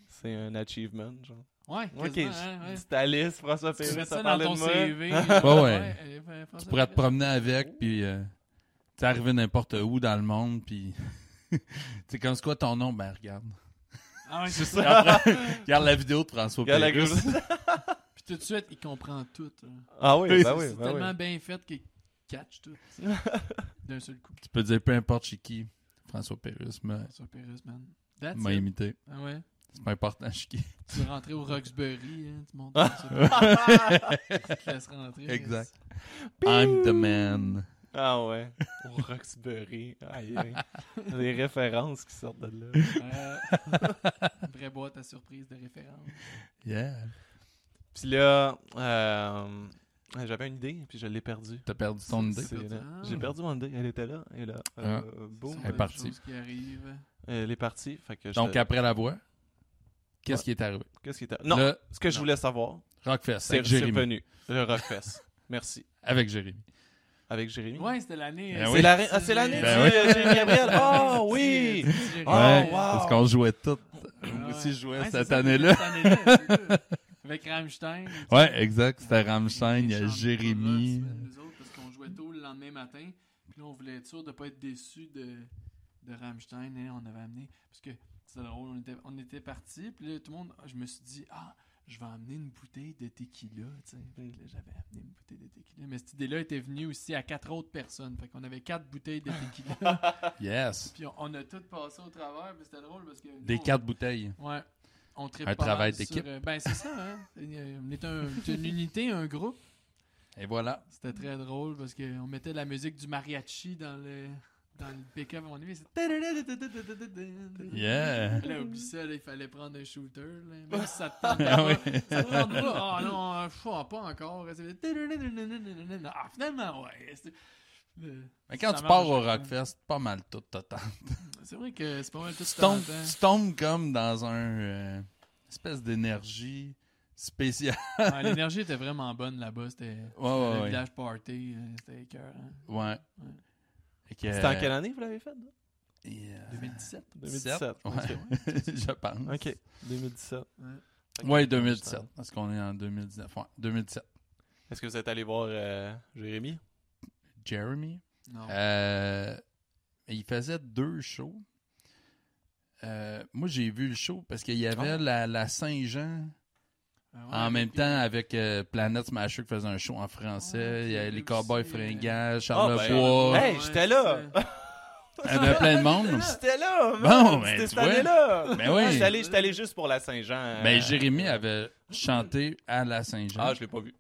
Speaker 1: C'est un achievement, genre.
Speaker 2: Ouais, quasiment,
Speaker 1: Ok,
Speaker 2: hein, ouais.
Speaker 1: c'est Alice, François
Speaker 2: Tu mets
Speaker 1: Pérusse, ça
Speaker 2: ça dans
Speaker 1: parlait
Speaker 2: ton
Speaker 1: de moi.
Speaker 2: CV. là.
Speaker 3: Ouais, ouais.
Speaker 2: euh, François
Speaker 3: Tu pourrais te
Speaker 2: Pérusse.
Speaker 3: promener avec, puis euh, t'es arrivé n'importe où dans le monde, puis... C'est comme c'est quoi ton nom? Ben regarde.
Speaker 2: Ah ouais,
Speaker 1: C'est
Speaker 2: c'est
Speaker 1: ça.
Speaker 2: ça.
Speaker 3: Après, regarde la vidéo de François
Speaker 1: Regarde la
Speaker 3: Pérusse.
Speaker 2: Puis tout de suite, il comprend tout. hein.
Speaker 1: Ah oui, bah
Speaker 2: C'est-
Speaker 1: oui,
Speaker 2: c'est
Speaker 1: bah
Speaker 2: tellement
Speaker 1: oui.
Speaker 2: bien fait qu'il catch tout. tu sais. D'un seul coup.
Speaker 3: Tu peux dire peu importe chez qui. François Pérusse m'a
Speaker 2: François Pérusse, man. That's
Speaker 3: m'a
Speaker 2: it.
Speaker 3: imité.
Speaker 2: Ah ouais.
Speaker 3: C'est pas important chez qui.
Speaker 2: Tu veux rentrer au Roxbury, hein, tu montes
Speaker 3: Ah.
Speaker 2: François Pérusse, tu te laisses rentrer.
Speaker 3: Exact. I'm the man.
Speaker 1: Ah ouais. Au Roxbury. Aïe, aïe. Les références qui sortent de là.
Speaker 2: Euh, vraie boîte à surprise de référence.
Speaker 3: Yeah.
Speaker 1: Puis là, euh, j'avais une idée, puis je l'ai perdue.
Speaker 3: T'as perdu ton idée. Ah.
Speaker 1: C'est-
Speaker 2: perdu.
Speaker 1: là- J'ai perdu mon idée. Elle était là, et là, euh, boum,
Speaker 3: Elle est partie.
Speaker 2: Chose qui arrive.
Speaker 1: elle est partie. Fait que je-
Speaker 3: Donc après la voix, qu'est-ce
Speaker 2: Ah.
Speaker 1: Ouais.
Speaker 3: qui est arrivé?
Speaker 1: qu'est-ce qui était Non,
Speaker 3: Le
Speaker 1: ce que je
Speaker 3: non.
Speaker 1: voulais savoir,
Speaker 3: Rockfest
Speaker 1: c'est
Speaker 3: avec
Speaker 1: c'est
Speaker 3: Jérémy.
Speaker 1: revenu. Le Rockfest. Merci.
Speaker 2: Oh.
Speaker 3: Avec Jérémy.
Speaker 1: avec Jérémy.
Speaker 2: Ouais, c'était l'année.
Speaker 3: Ben
Speaker 2: euh,
Speaker 1: C'est
Speaker 3: oui.
Speaker 1: la- ah, c'est l'année
Speaker 3: Ben
Speaker 1: du euh, Jérémy Gabriel.
Speaker 2: Ah,
Speaker 1: Oh oui!
Speaker 2: Jérémy.
Speaker 1: Oh,
Speaker 3: ouais,
Speaker 1: wow.
Speaker 3: parce qu'on jouait toutes.
Speaker 2: Ah
Speaker 3: Moi
Speaker 2: ouais.
Speaker 3: aussi, je jouais
Speaker 2: Ah, Ouais, c'est
Speaker 3: cette
Speaker 2: ça,
Speaker 3: année-là.
Speaker 2: cette année-là, c'est ça. Avec Rammstein.
Speaker 3: Ouais, exact. C'était Rammstein, il y a
Speaker 2: Méchant
Speaker 3: Jérémy.
Speaker 2: bras, euh, Nous autres, parce qu'on jouait tôt le lendemain matin. Puis là, on voulait être sûr de pas être déçus de, de Rammstein. Et on avait amené. Parce que c'était drôle, on était, on était partis. Puis là, tout le monde, je me suis dit, ah, je vais amener une bouteille de tequila. tu sais. Fait que là, j'avais amené une bouteille de tequila. Mais cette idée-là était venue aussi à quatre autres personnes. Fait qu'on avait quatre bouteilles de tequila.
Speaker 3: Yes.
Speaker 2: puis on, on a toutes passé au travers. Mais c'était drôle parce que. nous,
Speaker 3: Des
Speaker 2: on-
Speaker 3: quatre bouteilles.
Speaker 2: Ouais. On tripe
Speaker 3: Un
Speaker 2: pas
Speaker 3: travail
Speaker 2: mal sur,
Speaker 3: d'équipe.
Speaker 2: euh, ben, c'est ça, hein. Euh, On est un- c'est une unité, un groupe.
Speaker 3: Et voilà.
Speaker 2: C'était très drôle parce qu'on mettait la musique du mariachi dans le, dans le pick-up. On est
Speaker 3: Yeah.
Speaker 2: Là, oublie ça, là, il fallait prendre un shooter. là. Même si ça te tente
Speaker 3: Ah
Speaker 2: pas. Ça te tente pas. Ah non, je crois pas encore. Ah, finalement, ouais. C'est- euh,
Speaker 3: Mais quand
Speaker 2: ça
Speaker 3: tu pars
Speaker 2: marche.
Speaker 3: au Rockfest, pas mal tout total.
Speaker 2: C'est vrai que c'est pas mal tout hein.
Speaker 3: Tu
Speaker 2: ce
Speaker 3: tombes,
Speaker 2: temps.
Speaker 3: tu tombes comme dans un euh, espèce d'énergie spéciale.
Speaker 2: Ah, L'énergie était vraiment bonne là-bas. C'était
Speaker 3: Ouais, ouais,
Speaker 2: le
Speaker 3: ouais.
Speaker 2: village party. euh, C'était écœurant.
Speaker 3: Ouais.
Speaker 2: Ouais.
Speaker 3: Fait que,
Speaker 1: C'était en
Speaker 3: euh,
Speaker 1: quelle année vous l'avez fait? là?
Speaker 3: yeah.
Speaker 2: 2017.
Speaker 1: 2017.
Speaker 3: Ouais.
Speaker 1: Ok.
Speaker 3: Je pense.
Speaker 1: Ok, 2017.
Speaker 2: Ouais.
Speaker 3: Ouais, 2017. Parce qu'on est en 2019. Ouais, 2017.
Speaker 1: Est-ce que vous êtes allé voir euh, Jérémy?
Speaker 3: Jeremy.
Speaker 1: Ah.
Speaker 2: Non.
Speaker 3: Euh, il faisait deux shows. Euh, moi, j'ai vu le show parce qu'il y
Speaker 1: Ah.
Speaker 3: avait la, la Saint-Jean
Speaker 2: Ah ouais,
Speaker 3: en même
Speaker 2: puis-
Speaker 3: temps avec euh, Planet Smasher qui faisait un show en
Speaker 2: Ouais,
Speaker 3: français. Il y
Speaker 2: j'ai
Speaker 3: avait
Speaker 2: vu
Speaker 3: les Cowboys
Speaker 2: aussi,
Speaker 3: Fringants,
Speaker 1: Ah, ben,
Speaker 3: Charlebois.
Speaker 1: hey, j'étais là.
Speaker 2: c'est-
Speaker 3: il y avait plein de monde.
Speaker 1: J'étais là!
Speaker 3: Bon,
Speaker 1: man,
Speaker 3: ben,
Speaker 1: C'était
Speaker 3: tu
Speaker 1: cette
Speaker 3: vois.
Speaker 1: année-là!
Speaker 3: Ben oui.
Speaker 1: J'étais allé, j'étais allé juste pour la Saint-Jean. euh,
Speaker 3: Ben, Jérémy avait chanté à la Saint-Jean.
Speaker 1: Ah, je l'ai pas vu.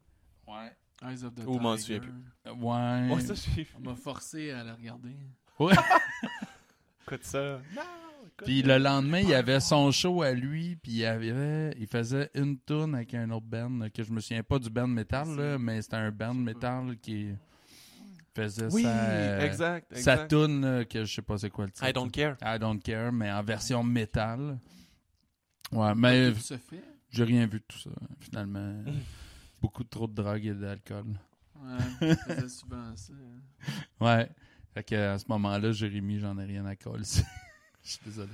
Speaker 3: ouais.
Speaker 2: Eyes of the
Speaker 1: Ou m'en souviens
Speaker 2: Tiger.
Speaker 1: plus.
Speaker 3: Ouais.
Speaker 1: Ouais, ça, j'ai vu.
Speaker 2: On m'a forcé à la regarder.
Speaker 3: Ouais.
Speaker 1: Écoute ça. Non, écoute.
Speaker 3: Puis le lendemain, il y avait son show à lui, puis il, avait, il faisait une tourne avec un autre band, là, que je me souviens pas du band metal, là, mais c'était un band metal qui faisait
Speaker 1: Oui,
Speaker 3: sa,
Speaker 1: exact,
Speaker 3: sa
Speaker 1: exact.
Speaker 3: tourne, là, que je sais pas c'est quoi le titre.
Speaker 1: I don't care.
Speaker 3: I don't care, mais en version métal. Ouais, mais
Speaker 2: Tout se fait.
Speaker 3: j'ai rien vu de tout ça, finalement. Beaucoup trop de drogue et d'alcool.
Speaker 2: Ouais, je faisais souvent ça. hein.
Speaker 3: Euh, Ouais. Fait que à ce moment-là, Jérémy, j'en ai rien à coller. Je suis désolé.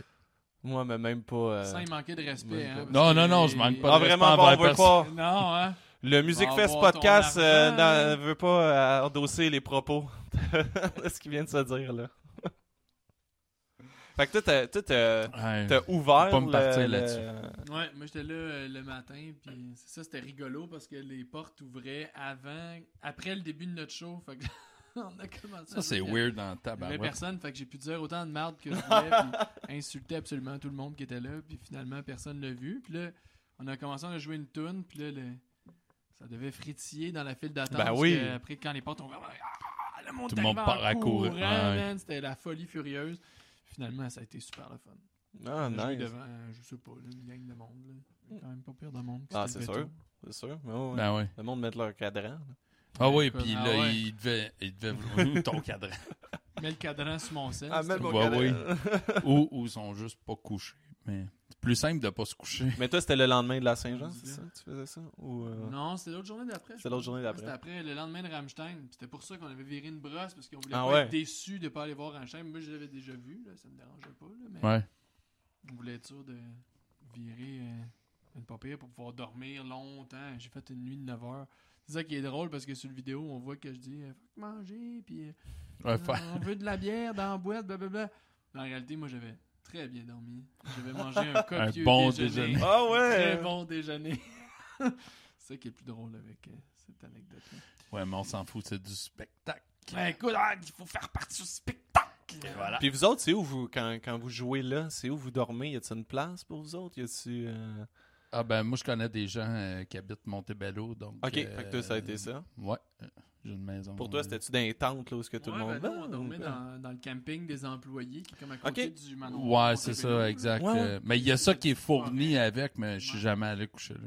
Speaker 1: Moi, mais même pas. euh,
Speaker 2: Sans il manquait de respect. hein,
Speaker 1: Non,
Speaker 2: parce
Speaker 3: non,
Speaker 2: que-
Speaker 3: non, je manque pas
Speaker 1: Ah,
Speaker 3: de
Speaker 1: vraiment,
Speaker 3: respect
Speaker 1: bon, on
Speaker 3: envers
Speaker 1: veut pas.
Speaker 3: personne.
Speaker 2: Non, hein.
Speaker 1: Le Music
Speaker 2: Va
Speaker 1: Fest
Speaker 2: avoir ton
Speaker 1: podcast euh,
Speaker 2: argent.
Speaker 1: n'en- veut pas euh, endosser les propos de ce qu'il vient de se dire, là. fait que toi, t'as- toi, t'as
Speaker 3: Ouais.
Speaker 1: t'as ouvert.
Speaker 3: Faut pas me
Speaker 1: le-
Speaker 3: partir
Speaker 1: le-
Speaker 3: là-dessus.
Speaker 2: Ouais, moi j'étais là euh, le matin, puis c'est ça, c'était rigolo parce que les portes ouvraient avant, après le début de notre show. Fait que on a commencé
Speaker 3: Ça,
Speaker 2: à
Speaker 3: c'est
Speaker 2: dire que-
Speaker 3: weird dans
Speaker 2: Il y
Speaker 3: ta
Speaker 2: avait
Speaker 3: tabarouette.
Speaker 2: personne, fait que j'ai pu dire autant de merde que je voulais, puis insulter absolument tout le monde qui était là, puis finalement personne l'a vu. Puis là, on a commencé à jouer une tune, puis là, le- ça devait frétiller dans la file d'attente.
Speaker 1: Ben
Speaker 2: parce
Speaker 1: oui.
Speaker 2: que Après, quand les portes ont ouvert, ah, le monde
Speaker 3: Tout le monde
Speaker 2: arrivait en
Speaker 3: part à courir,
Speaker 2: courant,
Speaker 3: ouais.
Speaker 2: man, C'était la folie furieuse. Finalement, ça a été super le fun.
Speaker 1: Ah,
Speaker 2: On a joué
Speaker 1: nice. Mm.
Speaker 2: devant, euh, je sais pas, là, une gang de monde. là. Quand même pas pire de monde. qui
Speaker 1: Ah,
Speaker 2: se
Speaker 1: c'est
Speaker 2: levait
Speaker 1: sûr.
Speaker 2: tôt.
Speaker 1: C'est sûr. mais ouais, ouais.
Speaker 3: Ben oui.
Speaker 1: Le monde met leur cadran. là.
Speaker 3: Ah oui,
Speaker 2: Écoute,
Speaker 3: puis
Speaker 2: ah
Speaker 3: là,
Speaker 2: ouais.
Speaker 3: il devait, il devait vouloir ton cadran.
Speaker 2: Mets le cadran sur mon sel.
Speaker 1: Ah,
Speaker 2: c'est
Speaker 1: mets
Speaker 2: tout.
Speaker 1: mon
Speaker 3: Ouais,
Speaker 1: cadran.
Speaker 3: ou, ou ils sont juste pas couchés. Mais c'est plus simple de pas se coucher.
Speaker 1: Mais toi, c'était le lendemain de la Saint-Jean, c'est ça? Tu faisais ça? Ou, euh,
Speaker 2: Non, c'était l'autre journée d'après. je
Speaker 1: C'était l'autre
Speaker 2: pense. Ah,
Speaker 1: journée d'après.
Speaker 2: C'était après, le lendemain de Rammstein. Puis C'était pour ça qu'on avait viré une brosse, parce qu'on voulait
Speaker 1: Ah
Speaker 2: pas
Speaker 1: ouais.
Speaker 2: être déçus de pas aller voir Rammstein. Moi, je l'avais déjà vu, là, ça me dérangeait pas. là, mais
Speaker 3: Ouais.
Speaker 2: on voulait être sûr de virer euh, une pas pire pour pouvoir dormir longtemps. J'ai fait une nuit de 9 heures. C'est ça qui est drôle, parce que sur le vidéo, on voit que je dis euh, « Fuck manger », puis euh,
Speaker 3: Ouais,
Speaker 2: euh,
Speaker 3: fa-
Speaker 2: on veut de la bière dans la boîte, blablabla ». Mais En réalité, moi, j'avais très bien dormi. J'avais mangé un copieux
Speaker 3: bon
Speaker 2: déjeuner.
Speaker 3: déjeuner.
Speaker 1: Ah
Speaker 2: Très
Speaker 1: ouais!
Speaker 2: bon déjeuner. c'est ça qui est plus drôle avec euh, cette anecdote.
Speaker 3: ouais, mais on s'en fout, c'est du spectacle.
Speaker 2: écoute, ah, il faut faire partie du spectacle.
Speaker 3: Et voilà.
Speaker 1: Puis vous autres, c'est où vous, quand, quand vous jouez là, c'est où vous dormez? Y a-t-il une place pour vous autres? Y a-t-il. euh,
Speaker 3: Ah ben, moi, je connais des gens euh, qui habitent Montebello, donc...
Speaker 1: Ok,
Speaker 3: euh,
Speaker 1: fait que toi, ça a été ça.
Speaker 3: Ouais, euh, j'ai une maison.
Speaker 1: Pour toi,
Speaker 3: euh,
Speaker 1: c'était-tu dans les tentes là, où est-ce que tout le monde.
Speaker 2: ben
Speaker 1: hein.
Speaker 2: on dormait dans, dans le camping des employés qui est comme à côté
Speaker 1: Ok.
Speaker 2: du manoir.
Speaker 3: Ouais, c'est ça, exact.
Speaker 1: Ouais, ouais.
Speaker 3: euh, Mais il y a ça qui est fourni avec, mais je suis jamais allé coucher là.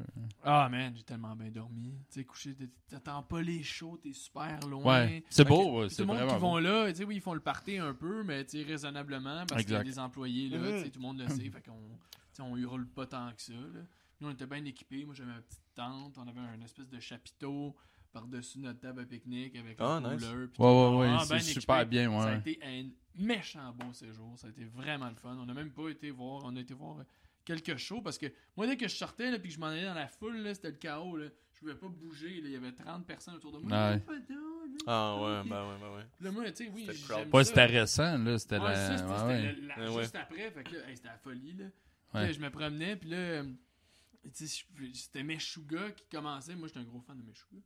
Speaker 2: Ah, man, j'ai tellement bien dormi. Tu sais, couché, t'es- t'attends pas les shows, t'es super loin.
Speaker 3: Ouais, c'est
Speaker 2: Fait
Speaker 3: beau,
Speaker 2: que,
Speaker 3: Oh, ouais,
Speaker 2: puis Tout
Speaker 3: c'est
Speaker 2: le monde
Speaker 3: vraiment
Speaker 2: qui vont
Speaker 3: beau.
Speaker 2: là, tu sais, oui, ils font le party un peu, mais tu sais, raisonnablement, parce qu'il y a
Speaker 3: Exact. Mm-hmm.
Speaker 2: des employés, là,
Speaker 1: Mhm.
Speaker 2: tu sais, tout le monde le sait, fait qu'on tu sais, on hurle pas tant que ça, là. Nous, on était bien équipés, moi j'avais ma petite tente, on avait un espèce de chapiteau par-dessus notre table à pique-nique avec
Speaker 1: Ah,
Speaker 2: le
Speaker 1: nice.
Speaker 2: cooler, puis
Speaker 3: Ouais, ouais,
Speaker 2: tout.
Speaker 3: ouais,
Speaker 2: Ah,
Speaker 3: c'est
Speaker 2: ben
Speaker 3: super
Speaker 2: équipé.
Speaker 3: bien, ouais.
Speaker 2: Ça a été un méchant beau séjour. Ça a été vraiment le fun. On n'a même pas été voir. On a été voir euh, quelques shows parce que moi, dès que je sortais là, puis que je m'en allais dans la foule, là, c'était le chaos. Là. Je pouvais pas bouger. là. Il y avait 30 personnes autour de moi.
Speaker 3: Ouais.
Speaker 2: Une photo, là.
Speaker 1: Ah ouais, ben ouais, ben ouais.
Speaker 2: Là, moi, tu sais, oui,
Speaker 1: C'était le
Speaker 2: j'aime
Speaker 1: crowd.
Speaker 2: ça.
Speaker 3: Ouais, c'était récent, là. C'était
Speaker 2: Ouais,
Speaker 3: la.
Speaker 2: ça, c'était-
Speaker 3: ouais, ouais.
Speaker 2: c'était la- la-
Speaker 1: Ouais, ouais.
Speaker 2: juste après. Fait que là, hey, c'était la folie, là. Puis
Speaker 3: Ouais.
Speaker 2: là, je me promenais, puis là, euh, tu sais, je- c'était Meshuga qui commençait. Moi, j'étais un gros fan de Meshuga.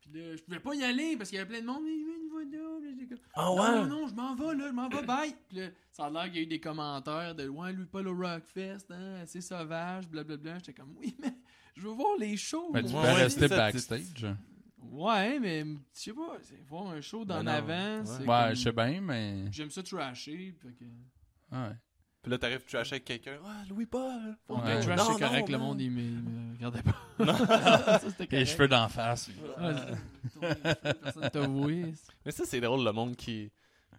Speaker 2: Puis là, je pouvais pas y aller parce qu'il y avait plein de monde. Mais je veux une voix double. J'étais comme,
Speaker 1: Ah
Speaker 2: Non, non, non, je m'en vais, là, je m'en vais, bye. Puis là, ça a l'air qu'il y a eu des commentaires de Ouais, lui, pas le Rockfest, hein, assez sauvage, blablabla. J'étais comme, oui, mais je veux voir les shows.
Speaker 3: Mais
Speaker 2: mon
Speaker 3: Ben, tu
Speaker 1: Ouais,
Speaker 3: peux
Speaker 2: gars.
Speaker 1: ouais,
Speaker 3: rester
Speaker 1: c'est ça,
Speaker 3: backstage.
Speaker 2: Ouais, mais je sais pas, c'est voir un show d'en
Speaker 1: non,
Speaker 2: avant.
Speaker 1: ouais.
Speaker 2: c'est
Speaker 1: Ouais,
Speaker 3: Ben Ouais,
Speaker 2: comme-
Speaker 3: je sais bien, mais.
Speaker 2: J'aime ça trasher. Fait que...
Speaker 3: Ouais.
Speaker 1: Puis là, t'arrives, tu achètes quelqu'un. Ah, Louis-Paul.
Speaker 2: Bon,
Speaker 3: Ouais.
Speaker 2: le trash,
Speaker 1: Non,
Speaker 2: c'est correct.
Speaker 1: non,
Speaker 2: le
Speaker 1: man.
Speaker 2: monde, il me, il me regardait pas. ça, c'était correct.
Speaker 3: Et les cheveux d'en face.
Speaker 2: Ouais, c'est- ton cheveux, Personne t'a voué.
Speaker 1: Mais ça, c'est drôle, le monde qui.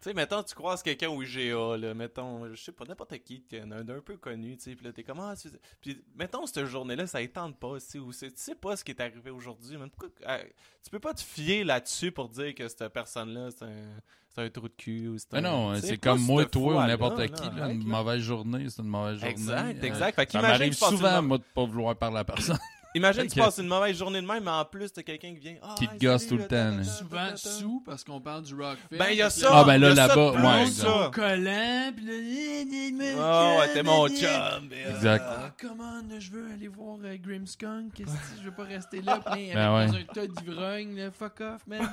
Speaker 1: Tu sais, mettons, tu croises quelqu'un au IGA, là, mettons, je sais pas, n'importe qui, qui est un, un peu connu, tu sais, puis là, t'es comme, ah, c'est- puis mettons, cette journée-là, ça étende pas, tu sais, ou c'est- tu sais pas ce qui est arrivé aujourd'hui, man. Pourquoi- ah, tu peux pas te fier là-dessus pour dire que cette personne-là, c'est un, c'est un trou de cul, ou c'est
Speaker 3: Mais
Speaker 1: un-
Speaker 3: Ah non,
Speaker 1: tu sais,
Speaker 3: c'est
Speaker 1: pas
Speaker 3: comme
Speaker 1: cette
Speaker 3: moi, toi ou
Speaker 1: fois-là,
Speaker 3: n'importe
Speaker 1: là,
Speaker 3: qui. là,
Speaker 1: arrête,
Speaker 3: une
Speaker 1: là.
Speaker 3: mauvaise journée, c'est une mauvaise journée.
Speaker 1: Exact,
Speaker 3: Euh,
Speaker 1: exact. Fait
Speaker 3: Ça
Speaker 1: qu'imagine,
Speaker 3: m'arrive
Speaker 1: tu passes une
Speaker 3: souvent,
Speaker 1: mau-
Speaker 3: moi, de pas vouloir parler à personne.
Speaker 1: Imagine, tu
Speaker 3: Ok.
Speaker 1: passes une mauvaise journée de même, mais en plus, t'as quelqu'un qui vient. Ah,
Speaker 3: Qui te
Speaker 1: hey,
Speaker 3: gosse
Speaker 1: salut,
Speaker 3: tout le
Speaker 1: là,
Speaker 3: temps,
Speaker 1: ta,
Speaker 3: là.
Speaker 1: ta, ta, ta,
Speaker 2: Souvent
Speaker 1: ta.
Speaker 2: sous parce qu'on parle du Rockfest.
Speaker 1: Ben, il y a
Speaker 2: puis
Speaker 1: ça.
Speaker 3: Ah, ben là,
Speaker 1: il y a ça
Speaker 3: là-bas,
Speaker 1: de plus,
Speaker 2: Le
Speaker 3: ouais,
Speaker 2: monde
Speaker 1: ça.
Speaker 2: sont collants, puis là,
Speaker 1: Ah, ouais, t'es mon
Speaker 2: chat.
Speaker 1: chum. mais, euh,
Speaker 3: Exact.
Speaker 2: Ah, comment je veux aller voir euh, Grimmskunk? Qu'est-ce que je veux pas rester là, plein
Speaker 3: Ben
Speaker 2: avec
Speaker 3: ouais.
Speaker 2: dans un tas d'ivrognes, là, fuck off, man.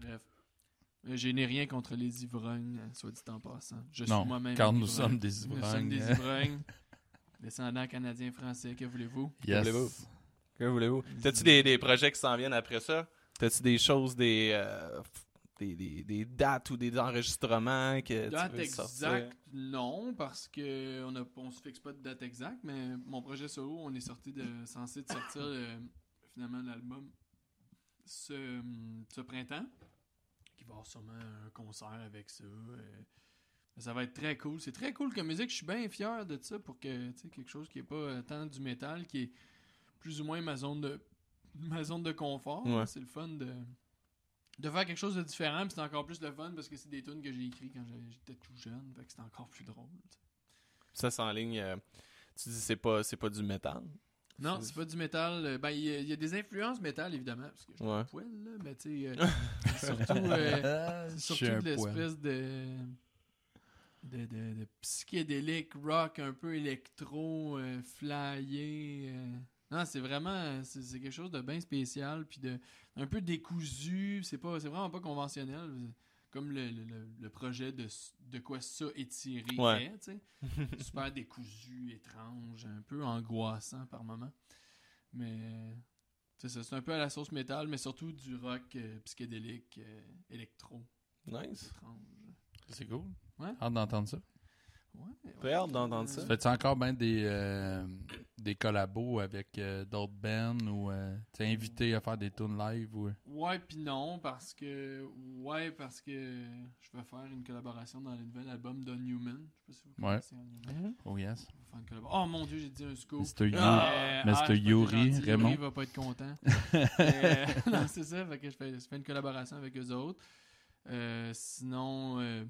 Speaker 2: Bref. Euh, Je n'ai rien contre les ivrognes, euh, soit dit en passant. Je suis
Speaker 3: Non,
Speaker 2: moi-même.
Speaker 3: car
Speaker 2: un
Speaker 3: nous
Speaker 2: ivrogne.
Speaker 3: sommes des
Speaker 2: Nous sommes
Speaker 3: ivrognes.
Speaker 2: des ivrognes. Descendants canadiens français, que voulez-vous?
Speaker 1: Voulez-vous?
Speaker 3: Yes.
Speaker 1: Que voulez-vous? T'as-tu des, des projets qui s'en viennent après ça? T'as-tu des choses, des, euh, des, des, des dates ou des enregistrements que
Speaker 2: Date
Speaker 1: tu veux sortir?
Speaker 2: exacte, non, parce que on, a, on se fixe pas de date exacte, mais mon projet solo, on est sorti de censé de sortir euh, finalement l'album ce, hum, ce printemps. Qui va avoir sûrement un concert avec ça. euh, ça va être très cool. C'est très cool comme musique. Je suis bien fier de ça pour que tu sais, quelque chose qui est pas euh, tant du métal, qui est plus ou moins ma zone de ma zone de confort.
Speaker 1: Ouais.
Speaker 2: C'est le fun de de faire quelque chose de différent, puis c'est encore plus le fun parce que c'est des tunes que j'ai écrites quand j'avais- j'étais tout jeune, fait que c'était encore plus drôle. tu sais.
Speaker 1: Ça s'enligne. euh, tu dis c'est pas c'est pas du métal.
Speaker 2: Non,
Speaker 1: C'est-
Speaker 2: c'est pas du métal. euh, Ben, il y, a- il y a des influences métal, évidemment, parce que je suis
Speaker 1: Ouais.
Speaker 2: un poil, là, mais tu sais, euh, surtout, euh,
Speaker 3: Je suis
Speaker 2: surtout
Speaker 3: un
Speaker 2: de
Speaker 3: poil.
Speaker 2: l'espèce de, de, de, de psychédélique, rock un peu électro, euh, flyé. euh. Non, c'est vraiment, c'est c'est quelque chose de bien spécial, puis de un peu décousu, c'est pas c'est vraiment pas conventionnel. Comme le, le- le- le projet de, s- de quoi ça étiré
Speaker 1: Ouais.
Speaker 2: est, tu sais. Super décousu, étrange, un peu angoissant par moment. Mais euh, c'est ça, c'est un peu à la sauce métal, mais surtout du rock euh, psychédélique, euh, électro,
Speaker 1: Nice.
Speaker 2: étrange.
Speaker 3: C'est cool.
Speaker 2: Ouais.
Speaker 3: Hâte d'entendre ça.
Speaker 2: Ouais,
Speaker 1: J'ai hâte d'entendre ça.
Speaker 3: Fais-tu encore ben des, euh, des collabos avec euh, d'autres bands ou euh, t'es invité à faire des tunes live ou...
Speaker 2: Ouais, puis non, parce que. Ouais, parce que je vais faire une collaboration dans le nouvel album de Newman. Je sais pas si vous
Speaker 3: Ouais.
Speaker 2: connaissez Don Newman.
Speaker 3: Oh yes.
Speaker 2: On va faire une collab- Oh mon dieu, j'ai dit un scoop.
Speaker 3: Mr. You.
Speaker 2: Ah, ah,
Speaker 3: Mr.
Speaker 2: je suis pas
Speaker 3: Yuri,
Speaker 2: gentil, Yuri
Speaker 3: Raymond.
Speaker 2: va pas être content. Euh, non, c'est ça, fait que je fais, je fais une collaboration avec eux autres. Euh, sinon, euh,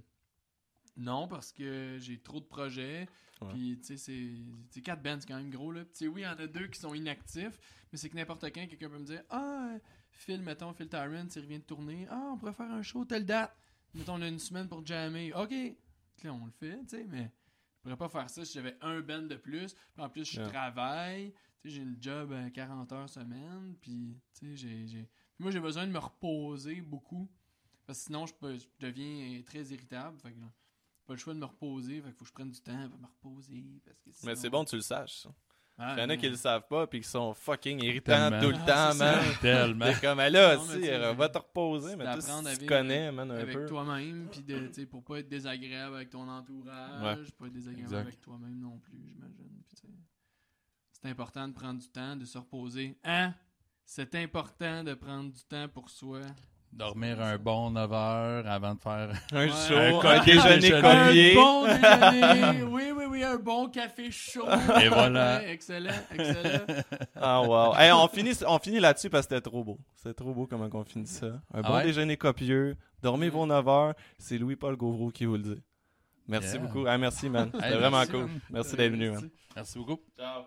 Speaker 2: non, parce que j'ai trop de projets.
Speaker 1: Ouais.
Speaker 2: Puis, tu sais, c'est- c'est quatre bands, c'est quand même gros. Là. Puis, tu sais, oui, il y en a deux qui sont inactifs, mais c'est que n'importe quand, quelqu'un peut me dire Ah, euh, Phil, mettons, Phil Tyrant, il revient de tourner. Ah, on pourrait faire un show telle date. Mettons, on a une semaine pour jammer. OK. Puis Là, on le fait, tu sais, mais je pourrais pas faire ça si j'avais un band de plus. Puis en plus, je
Speaker 1: Ouais.
Speaker 2: travaille. Tu sais, j'ai une job à 40 heures semaine. Puis, tu sais, j'ai- j'ai. Puis moi, j'ai besoin de me reposer beaucoup. Parce que sinon, je, peux- je deviens très irritable. Fait que, là, pas le choix de me reposer. Fait que faut que je prenne du temps pour me reposer. Parce que
Speaker 1: Mais
Speaker 2: sinon-
Speaker 1: c'est bon que tu le saches. ça.
Speaker 2: Ah,
Speaker 1: Il y en a
Speaker 2: non.
Speaker 1: qui le savent pas puis qui sont fucking irritants
Speaker 3: Tellement. Bah.
Speaker 1: tout le
Speaker 2: Ah,
Speaker 1: temps,
Speaker 2: c'est
Speaker 1: man.
Speaker 3: Tellement.
Speaker 1: T'es comme, elle là,
Speaker 2: Non, mais
Speaker 1: si,
Speaker 2: tu sais,
Speaker 1: elle va te reposer,
Speaker 2: c'est
Speaker 1: mais toi,
Speaker 2: d'apprendre à
Speaker 1: si tu
Speaker 2: vivre
Speaker 1: connais, man, un
Speaker 2: avec
Speaker 1: peu.
Speaker 2: toi-même, puis de, tu sais, pour pas être désagréable avec ton entourage, pas être désagréable
Speaker 3: Exact.
Speaker 2: avec toi-même non plus, j'imagine. Puis, tu sais, C'est important de prendre du temps, de se reposer. Hein? C'est important de prendre du temps pour soi.
Speaker 3: Dormir un bon 9 heures avant de faire.
Speaker 1: Un
Speaker 2: Ouais.
Speaker 1: show,
Speaker 3: Un
Speaker 1: un
Speaker 3: déjeuner
Speaker 1: déjeuner
Speaker 3: Un
Speaker 2: Un
Speaker 1: collier.
Speaker 2: bon déjeuner. Oui, oui, oui, un bon café chaud.
Speaker 3: Et voilà.
Speaker 2: Ouais, excellent, excellent.
Speaker 1: Ah, wow. Hey, on finit, on finit là-dessus parce que c'était trop beau. C'était trop beau comment on finit ça. Un bon
Speaker 3: ouais? Mm.
Speaker 1: déjeuner copieux. Dormez vos 9 heures. C'est Louis-Paul Gauvreau qui vous le dit. Merci
Speaker 3: Yeah.
Speaker 1: beaucoup. Ah, merci, man. C'était
Speaker 3: Hey,
Speaker 1: vraiment
Speaker 3: merci,
Speaker 1: cool.
Speaker 3: man.
Speaker 1: Merci d'être venu, man.
Speaker 3: Merci beaucoup.
Speaker 1: Ciao.